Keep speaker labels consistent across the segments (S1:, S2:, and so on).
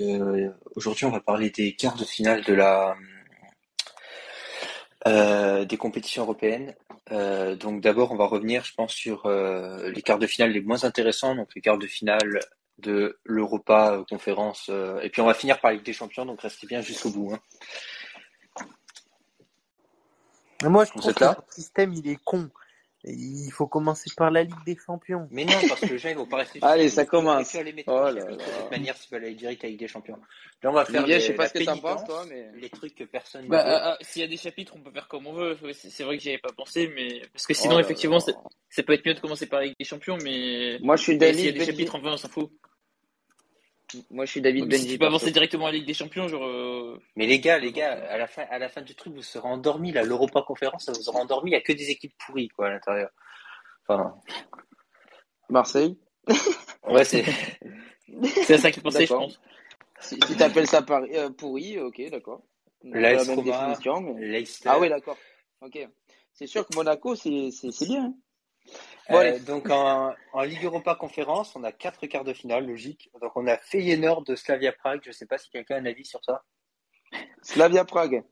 S1: Euh, aujourd'hui, on va parler des quarts de finale de la euh, des compétitions européennes. Euh, donc d'abord, on va revenir, je pense, sur euh, les quarts de finale les moins intéressants, donc les quarts de finale de l'Europa euh, conférence. euh, et puis on va finir par la Ligue des Champions, donc restez bien jusqu'au bout. hein.
S2: Mais moi, je
S1: Vous
S2: trouve
S1: êtes
S2: que
S1: là
S2: ce système, il est con. Il faut commencer par la Ligue des Champions.
S1: Mais non, parce que les gens, ils vont pas rester
S3: Allez,
S1: jusqu'au
S3: ça
S1: bout.
S3: commence.
S1: Et puis, on les met
S3: Oh
S1: de
S3: là
S1: côté, de
S3: là.
S1: toute manière, si vous allez direct à la Ligue des Champions. Là, on va faire
S3: Olivier,
S1: les-
S3: je sais
S1: la
S3: pas ce que t'en
S1: pénitence,
S3: penses, toi, mais.
S1: les trucs que personne
S4: Bah,
S1: ne veut.
S4: ah, ah, s'il y a des chapitres, on peut faire comme on veut. Ouais, C'est c'est vrai que j'y avais pas pensé, mais parce que
S3: Oh
S4: sinon,
S3: là
S4: effectivement,
S3: là.
S4: ça, ça peut être mieux de commencer par la Ligue des Champions, mais
S3: Moi, je suis
S4: mais s'il y a
S3: David
S4: des
S3: Benji.
S4: chapitres en vrai, on s'en fout.
S3: Moi, je suis David
S4: Donc, si
S3: Benji.
S4: tu peux
S3: perso.
S4: avancer directement à la Ligue des Champions, genre, euh,
S1: Mais les gars, les gars, à la fin, à la fin du truc, vous serez endormis. Là, l'Europa conférence, ça vous aura endormi. Il y a que des équipes pourries, quoi, à l'intérieur. Enfin,
S3: Marseille.
S1: ouais, c'est.
S4: c'est à ça qu'ils pensaient, je
S3: D'accord.
S4: pense.
S3: Si, si t'appelles ça Paris, euh, pourri, ok, d'accord. On a
S1: L'AS
S3: la même
S1: Roma.
S3: définition, mais.
S1: Leicester.
S3: Ah ouais, d'accord. Ok. C'est sûr que Monaco, c'est c'est- c'est bien. hein. Bon,
S1: Euh,
S3: allez.
S1: donc en, en Ligue Europa Conférence, on a quatre quarts de finale, logique. Donc on a Feyenoord de Slavia Prague. Je sais pas si quelqu'un a un avis sur ça.
S3: Slavia Prague.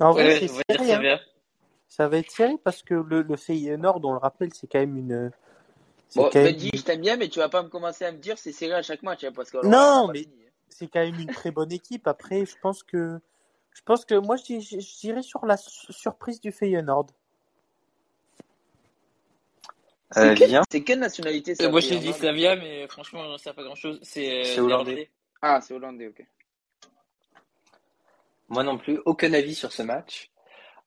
S2: En
S4: Ouais,
S2: vrai,
S4: ouais,
S2: c'est
S4: on va dire
S2: serré.
S4: ça
S2: hein.
S4: va.
S2: Ça va être serré parce que le, le Feyenoord, on le rappelle, c'est quand même une. C'est
S3: Bon, bah,
S2: quand, même...
S3: Benji, je t'aime bien, mais tu vas pas me commencer à me dire c'est serré à chaque match, hein, parce que. alors,
S2: Non,
S3: là, on a pas
S2: mais-
S3: fini, hein.
S2: c'est quand même une très bonne équipe. Après, je pense que. Je pense que moi, je je- je dirais sur la su- surprise du Feyenoord.
S1: Euh,
S3: C'est quelle-
S1: Vivien
S3: c'est quelle nationalité
S4: Euh,
S3: ça
S4: Moi, je t'ai dit
S3: Feyenoord
S4: Slavia, mais franchement, j'en sais pas grand chose. C'est
S1: C'est
S4: euh,
S1: hollandais.
S4: néerlandais.
S3: Ah, c'est hollandais, ok.
S1: Moi non plus, aucun avis sur ce match.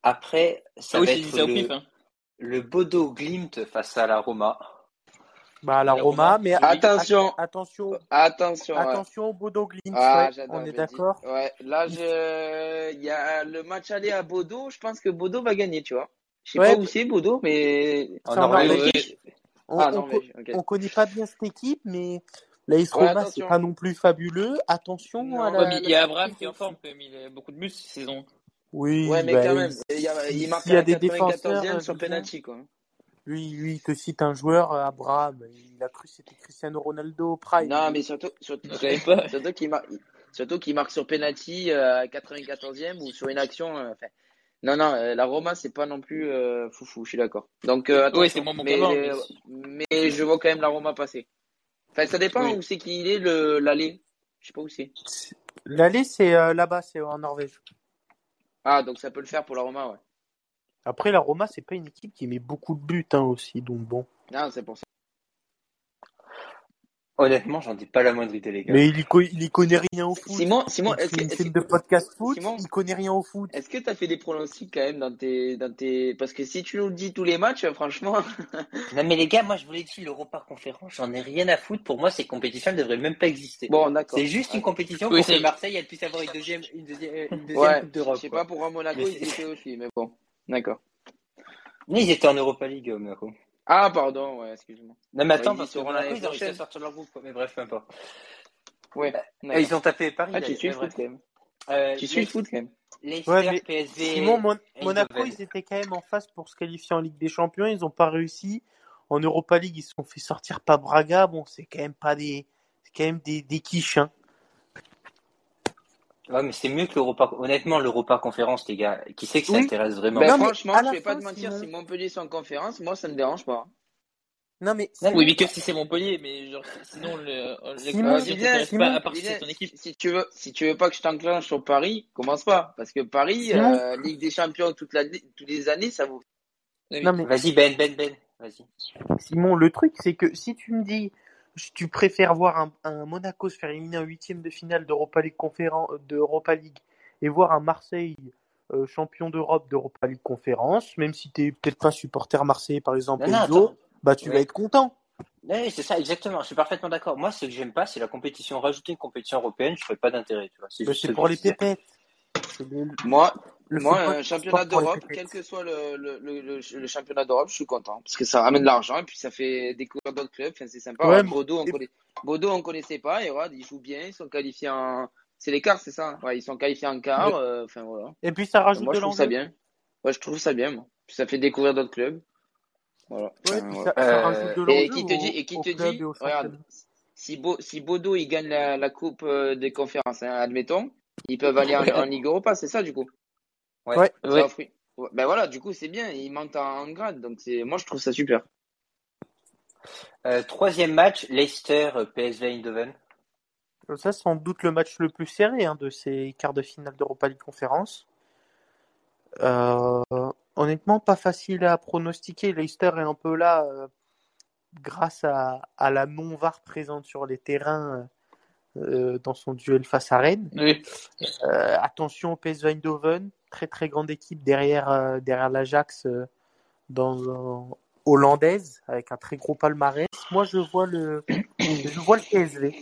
S1: Après, ça
S4: Ah oui,
S1: va
S4: je t'ai dit
S1: être
S4: ça au pif,
S1: le,
S4: hein.
S1: le Bodo Glimt face à la Roma.
S2: Bah, la,
S4: La
S2: Roma,
S4: Roma,
S2: mais
S4: oui.
S3: Attention,
S2: attention,
S3: attention. ouais.
S2: attention au Bodo Glintz,
S3: Ah,
S2: ouais,
S3: j'adore.
S2: on est
S3: Benji.
S2: d'accord.
S3: Ouais, là, je... il y a le match aller à Bodo. Je pense que Bodo va gagner, tu vois. Je sais
S2: Ouais.
S3: pas où c'est Bodo, mais.
S1: En
S2: C'est en
S1: Norvège.
S2: Norvège.
S4: Ouais,
S2: On,
S3: Ah,
S2: on co-
S3: Norvège, ok.
S2: on connaît pas bien cette équipe, mais l'AS
S3: Ouais,
S2: Roma,
S3: attention.
S2: c'est pas non plus fabuleux. Attention
S3: Non.
S2: à la.
S4: Ouais, mais il y a Abraham
S2: la-
S4: qui est en forme, quand même. Il a beaucoup de muscles cette saison.
S2: Oui,
S3: Ouais, mais
S2: bah,
S3: quand même.
S2: si-
S3: Il, y a... il marque
S2: s'il y
S3: à
S2: a des
S3: 94e
S2: défenseurs,
S3: sur
S2: euh, bien,
S3: penalty, quoi.
S2: lui, lui, il te cite un joueur, euh, Abraham, il a cru que c'était Cristiano Ronaldo Prime.
S3: Non, mais surtout, surtout,
S4: J'avais pas.
S3: surtout qu'il marque, surtout qu'il marque sur penalty euh, à 94e ou sur une action. euh, enfin, Non, non, euh, la Roma, c'est pas non plus euh, foufou, je suis d'accord. Donc, euh, attention.
S4: Ouais, c'est moins bon
S3: mais,
S4: qu'avant, mais-
S3: mais je vois quand même la Roma passer. Enfin, ça dépend
S4: Oui.
S3: où c'est qu'il est, le l'aller. Je sais pas où c'est.
S2: L'aller, c'est euh, là-bas, c'est en Norvège.
S3: Ah, donc ça peut le faire pour la Roma, ouais.
S2: Après, la Roma, c'est pas une équipe qui met beaucoup de buts hein, aussi, donc bon.
S3: Non, c'est pour ça.
S1: Honnêtement, j'en dis pas la moindre idée, les gars.
S2: Mais il y, co- il y connaît rien au foot.
S3: Simon, Simon,
S2: il
S3: est-ce
S2: fait
S3: que
S2: une
S3: est-ce
S2: chaîne de podcast foot,
S3: Simon
S2: il connaît rien au foot.
S3: est-ce que t'as fait des pronostics quand même dans tes dans tes parce que si tu nous le dis tous les matchs, euh, franchement,
S1: Non, mais les gars, moi, je vous l'ai dit, l'Europa Conférence, j'en ai rien à foutre. Pour moi, ces compétitions ne devraient même pas exister.
S3: bon, d'accord.
S1: C'est juste une compétition
S4: Oui,
S1: pour que
S4: c'est-
S1: Marseille elle puisse avoir une deuxième, une deuxième, une deuxième
S3: Ouais,
S1: Coupe
S3: je
S1: d'Europe.
S3: sais
S1: quoi.
S3: pas pourquoi Monaco
S1: Mais
S3: ils étaient aussi, mais bon, d'accord.
S1: Mais ils étaient en Europa League, euh, Monaco.
S3: Ah, pardon, ouais, excuse-moi.
S1: Non, mais attends,
S3: Ouais, ils
S1: parce que
S3: seront
S1: Monaco,
S3: l'année
S1: ils ont réussi à
S3: prochaine.
S1: sortir leur groupe, quoi. mais bref, peu importe.
S3: Ouais.
S1: Et
S3: d'accord.
S1: ils ont tapé Paris.
S3: Ah, tu
S1: d'ailleurs,
S3: suis
S1: mais
S3: le foot
S1: bref.
S3: quand même.
S1: Euh,
S3: Tu suis le foot quand même.
S1: Leicester,
S2: Ouais, mais
S1: PSV.
S2: Simon, Mon- Monaco,
S1: Eindhoven.
S2: ils étaient quand même en face pour se qualifier en Ligue des Champions, ils n'ont pas réussi. En Europa League, ils se sont fait sortir par Braga. Bon, c'est quand même pas des, c'est quand même des, des quiches. hein.
S1: Ouais, mais c'est mieux que l'Europa. Honnêtement, l'Europa Conférence, les gars, qui sait que ça
S2: Oui.
S1: intéresse vraiment
S3: Ben,
S2: Non, mais
S3: franchement,
S2: à
S3: je
S2: la
S3: vais pas
S2: fin,
S3: te mentir,
S2: Simon.
S3: si Montpellier sont en conférence, moi ça me dérange pas.
S2: Non mais
S1: Non,
S4: Oui, mais que si c'est Montpellier, mais genre, sinon, le, le
S2: Simon,
S4: Montpellier
S3: Julien,
S4: t'intéresse
S2: Simon,
S4: pas, à part si
S3: Julien,
S4: c'est ton équipe.
S3: Si tu veux, si tu veux pas que je t'enclenche sur Paris, commence pas. Parce que Paris,
S2: Simon.
S3: euh, Ligue des Champions toute l'année, toutes les années, ça vous.
S2: non mais
S1: Vas-y, Ben, Ben, Ben. Vas-y.
S2: Simon, le truc c'est que si tu me dis je- tu préfères voir un, un Monaco se faire éliminer en huitième de finale d'Europa League conférence d'Europa League et voir un Marseille euh, champion d'Europe d'Europa League conférence, même si t'es peut-être pas supporter marseillais par exemple,
S1: Non, non,
S2: Enzo,
S1: attends.
S2: bah tu
S1: Ouais.
S2: vas être content.
S1: Ouais, ouais, c'est ça, exactement. Je suis parfaitement d'accord. Moi, ce que j'aime pas, c'est la compétition. Rajouter une compétition européenne, je ferais pas d'intérêt, tu vois. C'est
S2: Mais
S1: juste
S2: Bah, c'est
S1: ce
S2: pour
S1: que
S2: les
S1: je disais.
S2: pépettes. C'est le-
S3: Moi,
S2: le
S3: moi,
S2: football,
S3: un
S2: c'est le
S3: championnat
S2: sport pour les
S3: d'Europe,
S2: pépettes.
S3: quel que soit le, le, le, le- le championnat d'Europe, je suis content. Parce que ça ramène de l'argent et puis ça fait découvrir d'autres clubs. Enfin, c'est sympa.
S2: Ouais,
S3: Ouais,
S2: mais-
S3: Bordeaux, on connaît... Bordeaux, on connaissait pas. Et regarde, ils jouent bien. Ils sont qualifiés en. C'est les quarts, c'est ça hein Ouais, ils sont qualifiés en quart. euh, Enfin, voilà.
S2: Et puis ça rajoute
S3: Moi,
S2: de
S3: je trouve ça
S2: l'enjeu.
S3: bien. Moi, je trouve ça bien. moi. Puis ça fait découvrir d'autres clubs. Voilà.
S2: Ouais,
S3: Enfin,
S2: puis
S3: voilà.
S2: ça, ça
S1: Euh,
S2: rajoute de l'enjeu.
S3: Et qui te dit,
S2: au-
S3: et qui
S2: au
S3: te
S2: club
S3: dit,
S2: et au
S3: regarde,
S2: championnat.
S3: si, Bo- si Bodo il gagne la, la Coupe euh, des conférences, hein, admettons, ils peuvent aller en, en Ligue Europa, c'est ça du coup
S1: Ouais.
S2: Ouais.
S3: Ça
S4: Ouais.
S3: offre- ouais, Ben voilà, du coup c'est bien, ils montent en, en grade, donc c'est moi je trouve ça super.
S1: Euh, troisième match, Leicester, euh, PSV Eindhoven.
S2: Ça, sans doute le match le plus serré hein, de ces quarts de finale d'Europa League Conférence. Euh, honnêtement, pas facile à pronostiquer. Leicester est un peu là euh, grâce à, à la non-VAR présente sur les terrains euh, dans son duel face à Rennes.
S4: Oui.
S2: Euh, attention au PSV Eindhoven, très très grande équipe derrière, euh, derrière l'Ajax euh, dans, hollandaise avec un très gros palmarès. Moi, je vois le, je vois le PSV.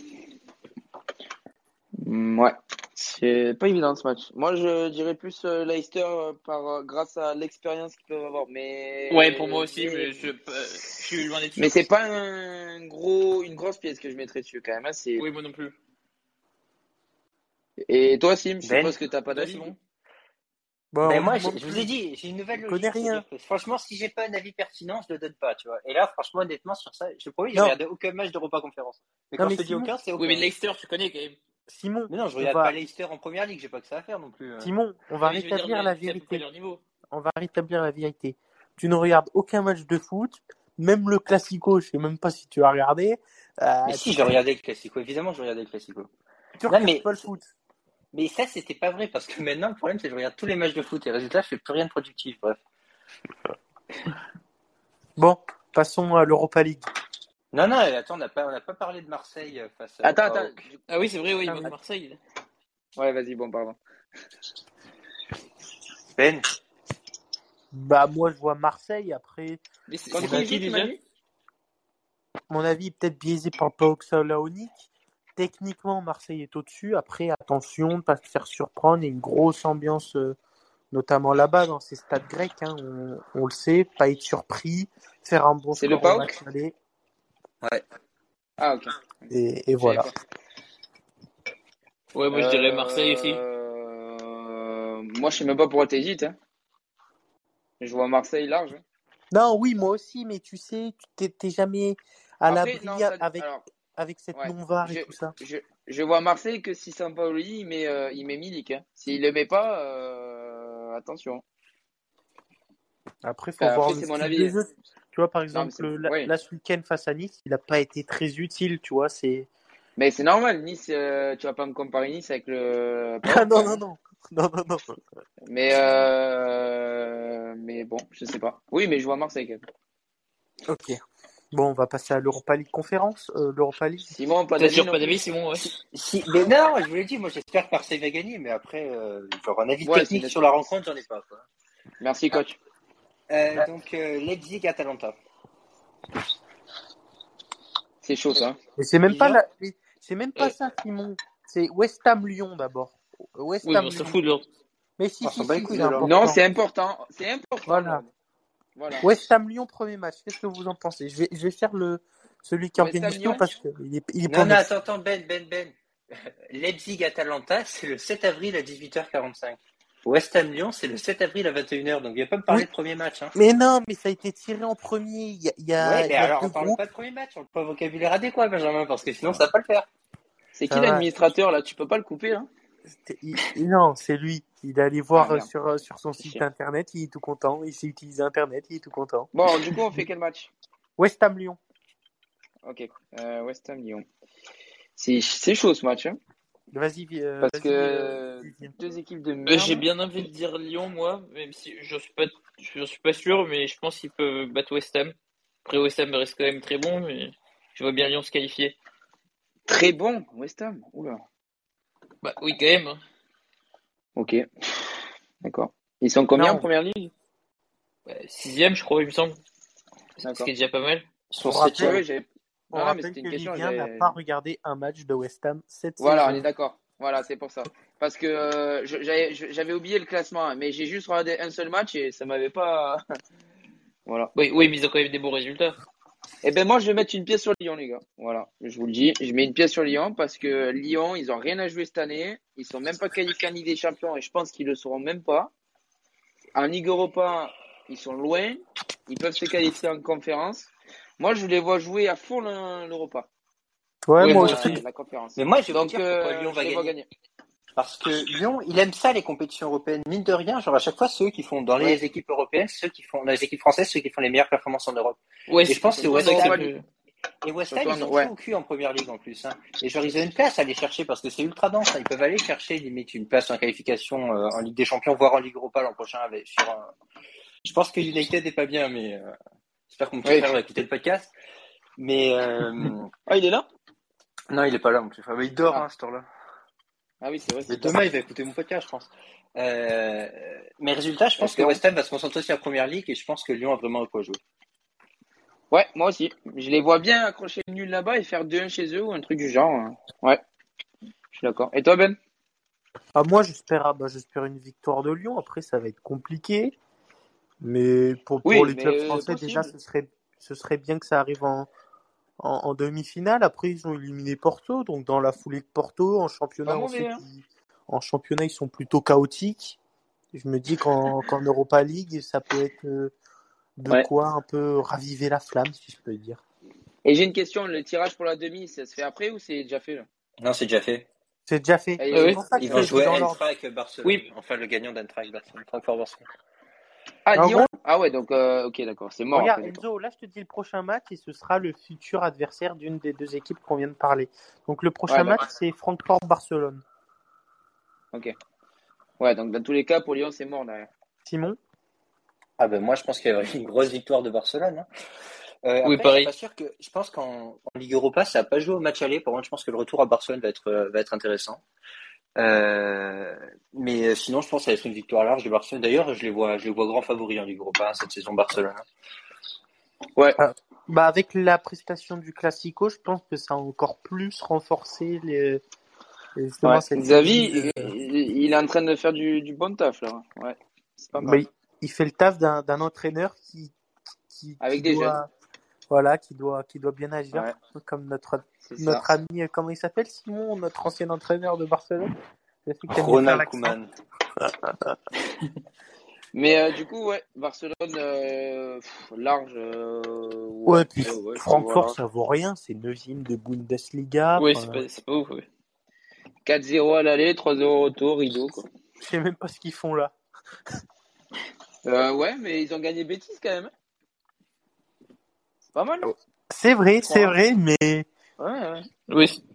S3: Mm, ouais, c'est pas évident ce match. Moi je dirais plus euh, Leicester euh, par, euh, grâce à l'expérience qu'ils peuvent avoir, mais.
S4: Ouais, pour moi aussi,
S3: mais-
S4: mais je, euh, je suis loin d'être sûr.
S3: Mais c'est pas un gros, une grosse pièce que je mettrais dessus quand même. hein, c'est-
S4: Oui, moi non plus.
S3: Et toi, Sim, je
S1: Ben
S3: suppose que t'as pas
S4: Toi,
S3: d'avis.
S4: Simon
S2: Bah,
S1: Ben
S2: on
S1: moi,
S2: lui
S1: je,
S2: demande
S1: je vous
S2: plus.
S1: ai dit, j'ai une nouvelle
S2: Je
S1: logique.
S2: connais rien.
S1: C'est-à-dire que, franchement, si j'ai pas un avis pertinent, je le donne pas, tu vois. Et là, franchement, honnêtement, sur ça, je te promets, j'ai
S2: Non.
S1: regardé aucun match d'Europa Conférence. Mais
S2: Non,
S1: quand
S2: mais
S1: je te dis
S2: Simon-
S1: aucun, c'est aucun.
S4: Oui, mais Leicester, tu connais quand même.
S2: Simon,
S1: Mais non, je
S2: on
S1: regarde
S2: va-
S1: pas Leicester en première ligue, j'ai pas que ça à faire non plus. euh.
S2: Simon, on va
S4: Oui, je veux dire,
S2: rétablir
S4: mais
S2: la
S4: c'est à peu près
S2: vérité.
S4: leur niveau.
S2: On va rétablir la vérité. Tu ne regardes aucun match de foot, même le Classico, je sais même pas si tu as regardé. Euh,
S1: Mais si,
S2: tu,
S1: je regardais le Classico, évidemment, je regardais le Classico.
S2: tu
S1: Non,
S2: regardes
S1: mais-
S2: pas le foot.
S1: Mais ça, c'était pas vrai, parce que maintenant, le problème, c'est que je regarde tous les matchs de foot et résultat, je fais plus rien de productif, bref.
S2: Bon, passons à l'Europa League.
S1: Non, non, et attends, on n'a pas, on n'a pas parlé de Marseille euh, face à.
S3: Attends,
S1: au-
S3: attends. du-
S4: Ah oui, c'est vrai, oui, il
S2: Ah,
S4: va de
S2: ouais.
S4: Marseille.
S3: Ouais, vas-y, bon, pardon.
S1: Ben.
S2: Bah, moi, je vois Marseille. Après,
S4: Mais c'est
S3: Contre
S4: c'est
S3: qui
S4: pas
S3: ils
S4: qui
S3: jouent, tu
S4: déjà
S3: m'as dit
S2: mon avis est peut-être biaisé par Paok-Salonique. Techniquement, Marseille est au-dessus. Après, attention, de ne pas se faire surprendre. Il y a une grosse ambiance, euh, notamment là-bas, dans ces stades grecs. hein. On, on le sait, pas être surpris, faire un bon
S3: C'est
S2: score
S3: le
S2: au
S3: PAOK
S2: match aller.
S3: Ah, ok.
S2: Et, et
S3: Je savais
S2: voilà.
S3: pas.
S4: Ouais, moi je dirais Marseille aussi.
S3: Euh, Moi, je sais même pas pourquoi t'hésites. Hein. Je vois Marseille large. hein.
S2: Non, oui, moi aussi, mais tu sais, tu t'es, t'es jamais à
S3: Après,
S2: l'abri
S3: non, ça...
S2: avec,
S3: Alors,
S2: avec cette
S3: ouais.
S2: non-var
S3: Je...
S2: et tout ça.
S3: Je... je vois Marseille que si Sampaoli, il met, euh, il met Milik. Hein. S'il le met pas, euh, attention.
S2: Après, faut
S3: Enfin,
S2: voir
S3: après,
S2: le
S3: c'est mon
S2: style
S3: avis.
S2: de
S3: hein.
S2: jeu. Tu vois, par
S3: Non, mais
S2: exemple,
S3: c'est-
S2: la-
S3: ouais.
S2: là, ce week-end face à Nice, il n'a pas été très utile, tu vois. C'est...
S3: Mais c'est normal, Nice, euh, tu vas pas me comparer Nice avec le.
S2: Ah
S3: PAOK,
S2: non,
S3: hein.
S2: non, non. Non, non, non.
S3: Mais euh... mais bon, je sais pas. Oui, mais je vois Marseille. quand même.
S2: Ok. Bon, on va passer à l'Europa League conférence. Euh, L'Europa League.
S3: Simon, pas
S4: T'as
S3: d'avis
S4: sûr
S3: non
S4: pas d'avis,
S3: plus.
S4: Simon, ouais.
S1: Si, mais non, je vous l'ai dit, moi, j'espère que Marseille va gagner, mais après, euh, genre, un avis
S3: Ouais, c'est
S1: technique
S3: une
S1: sur la rencontre, j'en ai pas, quoi.
S3: Merci coach.
S1: Euh, donc, euh, Leipzig-Atalanta.
S3: C'est chaud ça.
S2: Mais c'est même
S1: Ils
S2: pas
S1: ont-
S2: la... mais c'est même pas
S4: Euh.
S2: ça, Simon. C'est West Ham Lyon d'abord. West
S4: Oui, mais
S2: Ham
S4: on s'en
S2: Lyon.
S4: fout de l'ordre.
S2: Mais si,
S1: Ah, On
S2: si,
S1: s'en bat les
S2: si,
S1: couilles
S2: c'est
S1: de leur-
S2: important.
S3: Non, c'est important. C'est important.
S2: Voilà.
S3: Lord. Voilà.
S2: West Ham Lyon premier match. Qu'est-ce que vous en pensez je vais, je vais faire le celui qui
S3: West Ham,
S2: organise
S3: Lyon
S2: tout parce qu'il est il est pas
S1: Non,
S2: en
S1: non, attends, attends, Ben, Ben, Ben. Leipzig-Atalanta, c'est le 7 avril à 18h45. West Ham-Lyon, c'est le 7 avril à 21h, donc viens pas me parler
S2: Oui.
S1: de premier match, hein.
S2: Mais non, mais ça a été tiré en premier. Il y a, il y a-
S1: Ouais,
S2: il
S1: mais
S2: y a
S1: alors,
S2: deux
S1: on parle
S2: groupes.
S1: pas de premier match, on le pas vocabulaire adéquat, Benjamin, parce que sinon, ça va pas le faire.
S3: C'est
S2: Ça
S3: qui
S2: va.
S3: l'administrateur là Tu peux pas le couper hein là
S2: C'était- il- il- non, c'est lui. Il est allé
S3: Ah,
S2: voir euh,
S3: merde.
S2: sur, euh, sur son
S3: C'est
S2: site
S3: chiant.
S2: internet. Il est tout content. Il sait utiliser internet. Il est tout content.
S3: Bon, du coup, on fait quel match
S2: West Ham Lyon.
S3: Ok. Euh, West Ham Lyon. C'est c'est chaud ce match. Hein
S2: Vas-y, vi- euh,
S3: Parce
S2: vas-y.
S3: que
S2: euh, Vivien.
S3: deux équipes de
S4: Euh, J'ai
S3: merde.
S4: bien envie de dire Lyon, moi, même si je suis pas, je suis pas sûr, mais je pense qu'ils peuvent battre West Ham. Après, West Ham reste quand même très bon, mais je vois bien Lyon se qualifier.
S3: Très bon, West Ham. Oula.
S4: Bah oui, quand même. hein.
S3: Ok. D'accord. Ils sont combien
S2: Non.
S3: en première ligne
S4: Ouais, Bah, sixième, je crois, il me semble. Ce
S3: D'accord.
S4: qui est déjà pas mal.
S1: Sur
S2: Pour
S3: Oui,
S1: septième.
S3: oui, j'avais-
S2: on
S3: Ah Non, non, mais
S2: rappelle
S3: c'était
S2: que
S3: une question.
S2: Vivien n'a
S3: j'avais-
S2: pas regardé un match de West Ham cette
S3: Voilà, on est
S2: saison.
S3: d'accord. Voilà, c'est pour ça. Parce que euh, je- j'avais je- j'avais oublié le classement, hein, mais j'ai juste regardé un seul match et ça m'avait pas. Voilà.
S4: Oui, oui, mais ils ont quand même des bons résultats.
S3: Et ben moi, je vais mettre une pièce sur Lyon, les gars. Voilà, je vous le dis, je mets une pièce sur Lyon parce que Lyon, ils ont rien à jouer cette année. Ils sont même pas qualifiés en Ligue des Champions et je pense qu'ils le seront même pas. En Ligue Europa, ils sont loin. Ils peuvent se qualifier en conférence. Moi, je les vois jouer à fond le- l'Europa.
S2: Ouais,
S3: Oui,
S2: moi
S3: bon,
S2: aussi.
S3: euh, la conférence.
S1: Mais moi, je vais vous
S3: Donc,
S1: dire pourquoi
S3: euh,
S1: Lyon
S3: je
S1: va
S3: les vois
S1: gagner. Parce que Lyon, il aime ça, les compétitions européennes. Mine de rien, genre à chaque fois, ceux qui font dans les équipes européennes, ceux qui font dans les équipes françaises, ceux qui font les meilleures performances en Europe.
S4: Ouais,
S1: Et je pense que
S4: surtout
S1: West
S4: dans
S1: Ham-
S4: cette-
S1: Et West Ham,
S3: Surtout
S1: ils
S3: en-
S1: ont
S3: ouais.
S1: chaud au cul en première ligue en plus. hein. Et genre, ils ont une place à aller chercher parce que c'est ultra dense. hein. Ils peuvent aller chercher limite une place en qualification euh, en Ligue des Champions, voire en Ligue Europa l'an prochain. Avec, sur un- Je pense que United est pas bien, mais euh, j'espère que mon petit
S3: Oui.
S1: frère va euh, écouter le podcast. Mais euh, non,
S3: Ah, il est là
S1: il est pas là, mon petit frère. Mais il dort
S3: Ah.
S1: hein, ce temps-là.
S3: Ah oui, c'est vrai.
S1: Mais
S3: c'est
S1: demain, il va écouter mon podcast, je pense. Euh, mais résultat, je pense que
S3: Espérons.
S1: West Ham va se concentrer sur la première ligue et je pense que Lyon a vraiment un quoi jouer.
S3: Ouais, moi aussi. Je les vois bien accrocher le nul là-bas et faire 2-1 chez eux ou un truc du genre. hein. Ouais, je suis d'accord. Et toi, Ben
S2: Ah, moi, j'espère ah, bah, j'espère une victoire de Lyon. Après, ça va être compliqué. Mais pour, pour
S3: Oui,
S2: les
S3: mais,
S2: clubs
S3: euh,
S2: français,
S3: possible.
S2: déjà, ce serait, ce serait bien que ça arrive en, en, en demi-finale. Après, ils ont éliminé Porto. Donc, dans la foulée de Porto, en championnat,
S3: Pas
S2: on
S3: mauvais,
S2: sait
S3: hein.
S2: qu'ils- en championnat, ils sont plutôt chaotiques. Je me dis qu'en qu'en Europa League, ça peut être euh, de
S1: Ouais.
S2: quoi un peu raviver la flamme, si je peux dire.
S3: Et j'ai une question. Le tirage pour la demi, ça se fait après ou c'est déjà fait là
S1: Non, c'est déjà fait.
S2: C'est déjà fait.
S3: Eh
S4: Ah
S2: C'est
S4: oui.
S2: pour ça que
S1: Ils
S2: je
S1: vont
S2: le
S1: jouer
S2: dis dans l'ordre.
S1: Eintracht Barcelone.
S4: Oui.
S1: Enfin, le gagnant d'Eintracht Barcelone. Francfort-Barcelone.
S3: Ah,
S2: En
S3: Lyon
S2: gros,
S3: Ah ouais, donc, euh, ok, d'accord. C'est mort
S2: Regarde,
S3: après, d'accord.
S2: Enzo, là je te dis le prochain match et ce sera le futur adversaire d'une des deux équipes qu'on vient de parler. Donc le prochain
S3: Ouais,
S2: match
S3: d'accord.
S2: c'est Francfort-Barcelone.
S3: Ok. Ouais, donc dans tous les cas, pour Lyon, c'est mort derrière.
S2: Simon
S1: Ah ben moi je pense qu'il y a une grosse victoire de Barcelone. hein. Euh, après, je
S4: Oui,
S1: suis
S4: pareil.
S1: pas sûr que je pense qu'en en Ligue Europa ça n'a pas joué au match aller. Par contre, je pense que le retour à Barcelone va être euh, va être intéressant. Euh, mais euh, sinon, je pense que ça va être une victoire large de Barcelone. D'ailleurs, je les vois je les vois grands favoris en Ligue Europa hein, cette saison Barcelone.
S3: Ouais,
S2: bah, Avec la prestation du Classico, je pense que ça a encore plus renforcé les... les- justement
S3: ouais.
S2: cette euh,
S3: Xavi,
S2: idée
S3: il,
S2: de-
S3: il est en train de faire du, du bon taf là. Ouais, c'est pas mal.
S2: Mais il fait le taf d'un d'un entraîneur qui, qui,
S3: Avec
S2: qui
S3: des jeunes.
S2: doit, voilà, qui, doit, qui doit bien agir,
S3: Ouais,
S2: comme notre,
S3: c'est ça.
S2: notre ami, euh, comment il s'appelle Simon, notre ancien entraîneur de Barcelone Je sais que t'aimes bien faire
S1: Ronald
S2: l'accent.
S1: Koeman.
S3: Mais euh, du coup, ouais, Barcelone, euh, pff, large. euh, ouais,
S2: Ouais, puis
S3: ouais, ouais, je les vois
S2: Francfort,
S3: large.
S2: ça vaut rien, c'est 9 de Bundesliga.
S4: Ouais, c'est
S2: enfin,
S4: pas, c'est pas ouf. ouais.
S3: 4-0 à l'aller, 3-0 au retour, rideau. Quoi.
S2: je sais même pas ce qu'ils font là.
S3: Euh, ouais, mais ils ont gagné bêtise quand même. C'est pas mal.
S2: C'est vrai, c'est
S3: 3-1.
S2: vrai, mais
S3: Ouais, ouais.
S4: Oui, c'est-
S3: Oh.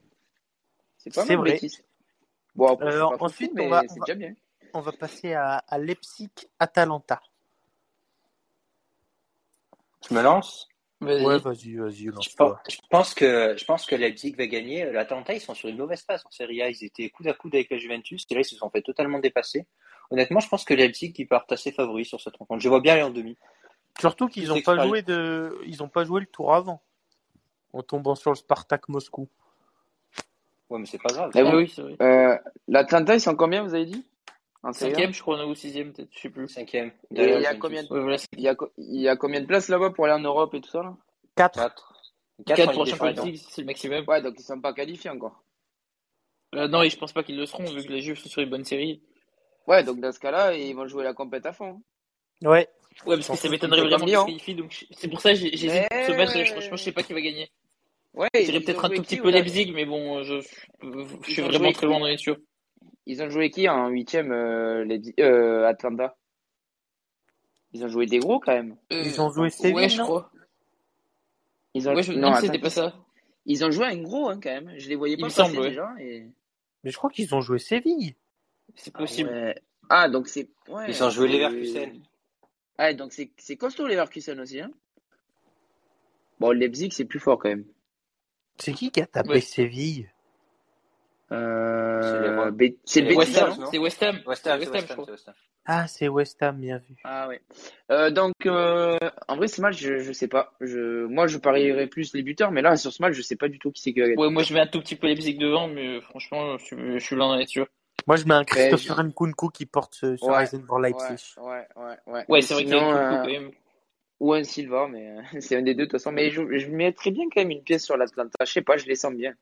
S3: C'est pas
S2: c'est
S3: mal
S2: vrai.
S3: bêtise. Bon, après, je suis
S2: Euh,
S3: pas fou,
S2: ensuite, on va,
S3: mais
S2: on
S3: c'est
S2: va,
S3: déjà bien.
S2: on va passer à, à Leipzig-Atalanta.
S1: Tu me lances
S2: Ouais,
S4: vas-y.
S2: vas-y, vas-y,
S1: je, pen-
S2: lance-toi.
S1: je pense que je pense que Leipzig va gagner. L'Atalanta ils sont sur une mauvaise passe en Serie A. Ils étaient coude à coude avec la Juventus et là ils se sont fait totalement dépasser. Honnêtement, je pense que Leipzig ils partent assez favoris sur cette rencontre. Je vois bien aller en demi.
S2: Surtout
S1: Plus
S2: qu'ils ont pas
S1: d'extra-
S2: joué de, ils ont pas joué le tour avant, en tombant sur le Spartak Moscou.
S1: Ouais, mais c'est pas grave.
S3: Mais
S4: Ah
S3: bon,
S4: oui, c'est vrai.
S3: euh, l'Atlanta, ils sont combien, vous avez dit En Serie A
S4: Cinquième, je crois, ou sixième, peut-être, je sais plus. Euh,
S1: Cinquième,
S3: Et
S1: derrière
S3: il y
S1: la
S3: a combien,
S1: Juventus.
S4: Ouais, voilà, c'est
S3: il y a, co- il y a combien de places là-bas pour aller en Europe et tout ça là
S2: 4.
S1: Quatre. Quatre en
S4: 4 pour
S1: Ligue
S4: la
S1: des
S4: Champions
S1: Champions.
S4: League, c'est le maximum.
S3: Ouais, donc ils sont pas qualifiés encore.
S4: Euh, non, et je pense pas qu'ils le seront, vu que les Juifs sont sur une bonne série.
S3: Ouais, donc dans ce cas-là, ils vont jouer la compète à fond. hein.
S2: Ouais.
S4: Ouais,
S2: Ils
S4: parce
S2: s'en
S4: que ça
S2: foutent
S4: m'étonnerait
S3: C'est
S4: vraiment
S3: comme
S4: qu'ils se
S3: Lyon.
S4: qualifient, donc je- c'est pour ça que j'ai- j'hésite
S3: Mais
S4: pour ce match, et franchement, je sais
S3: ouais.
S4: pas qui va gagner.
S3: Ouais,
S4: Je dirais
S3: ils ont
S4: peut-être un
S3: joué
S4: tout petit
S3: qui
S4: peu
S3: ou la-
S4: Leipzig, mais bon, euh, je, je
S3: ils
S4: suis
S3: ont
S4: vraiment
S3: joué
S4: très loin
S3: qui
S4: d'en être sûr.
S3: Ils ont joué qui en huitième euh, les... euh, Atlanta Ils ont joué des gros quand même.
S2: Ils
S4: Euh,
S2: ont joué
S4: ouais,
S2: Séville,
S4: je
S2: non?
S4: crois.
S3: Ils ont
S4: Ouais, je me
S3: non
S4: demande si
S3: attends,
S4: c'était pas ça.
S3: ils ont joué un gros hein, quand même. Je les voyais
S4: Il
S3: pas
S4: me
S3: passer
S4: semble, ouais.
S3: déjà et
S2: Mais je crois qu'ils ont joué Séville.
S4: C'est
S3: ah
S4: possible.
S3: ouais. Ah donc c'est
S1: Ils ont
S3: ouais
S1: joué
S3: c'est
S1: Leverkusen.
S3: ah donc c'est c'est costaud les Leverkusen aussi hein. Bon Leipzig c'est plus fort quand même.
S2: C'est qui qui a
S4: Ouais,
S2: tapé Séville?
S1: C'est les
S3: Euh...
S1: Rois.
S3: Bé- C'est
S1: C'est les
S4: West
S3: Betis, hein.
S1: Rangers,
S4: Ham,
S3: non
S1: non
S4: c'est West Ham,
S1: West
S4: c'est
S1: Ham, c'est
S4: West Ham,
S1: West
S4: je
S1: Ham,
S4: crois.
S1: c'est West Ham.
S2: Ah, c'est West Ham, bien vu.
S3: Ah ouais. Euh, donc, euh, en vrai, ce match, je, je sais pas. Je, moi, je parierais plus les buteurs, mais là, sur ce match, je sais pas du tout qui c'est qui va gagner.
S4: Ouais, moi je mets un tout petit peu Leipzig devant, mais euh, franchement, je, suis- je suis loin d'en être sûr.
S2: Moi, je mets un
S3: Mais je-
S2: Christopher Nkunku qui porte ce, ce
S3: Ouais,
S2: Raisin pour
S3: ouais,
S2: Leipzig.
S3: ouais, ouais, ouais.
S4: Ouais,
S3: Ou
S4: c'est vrai qu'il y a
S3: sinon,
S4: une coucou
S3: euh,
S4: quand même.
S3: ou un Silva, mais euh, c'est un des deux de toute façon. Mais je, je mettrais bien quand même une pièce sur l'Atlanta. Je sais pas, je les sens bien.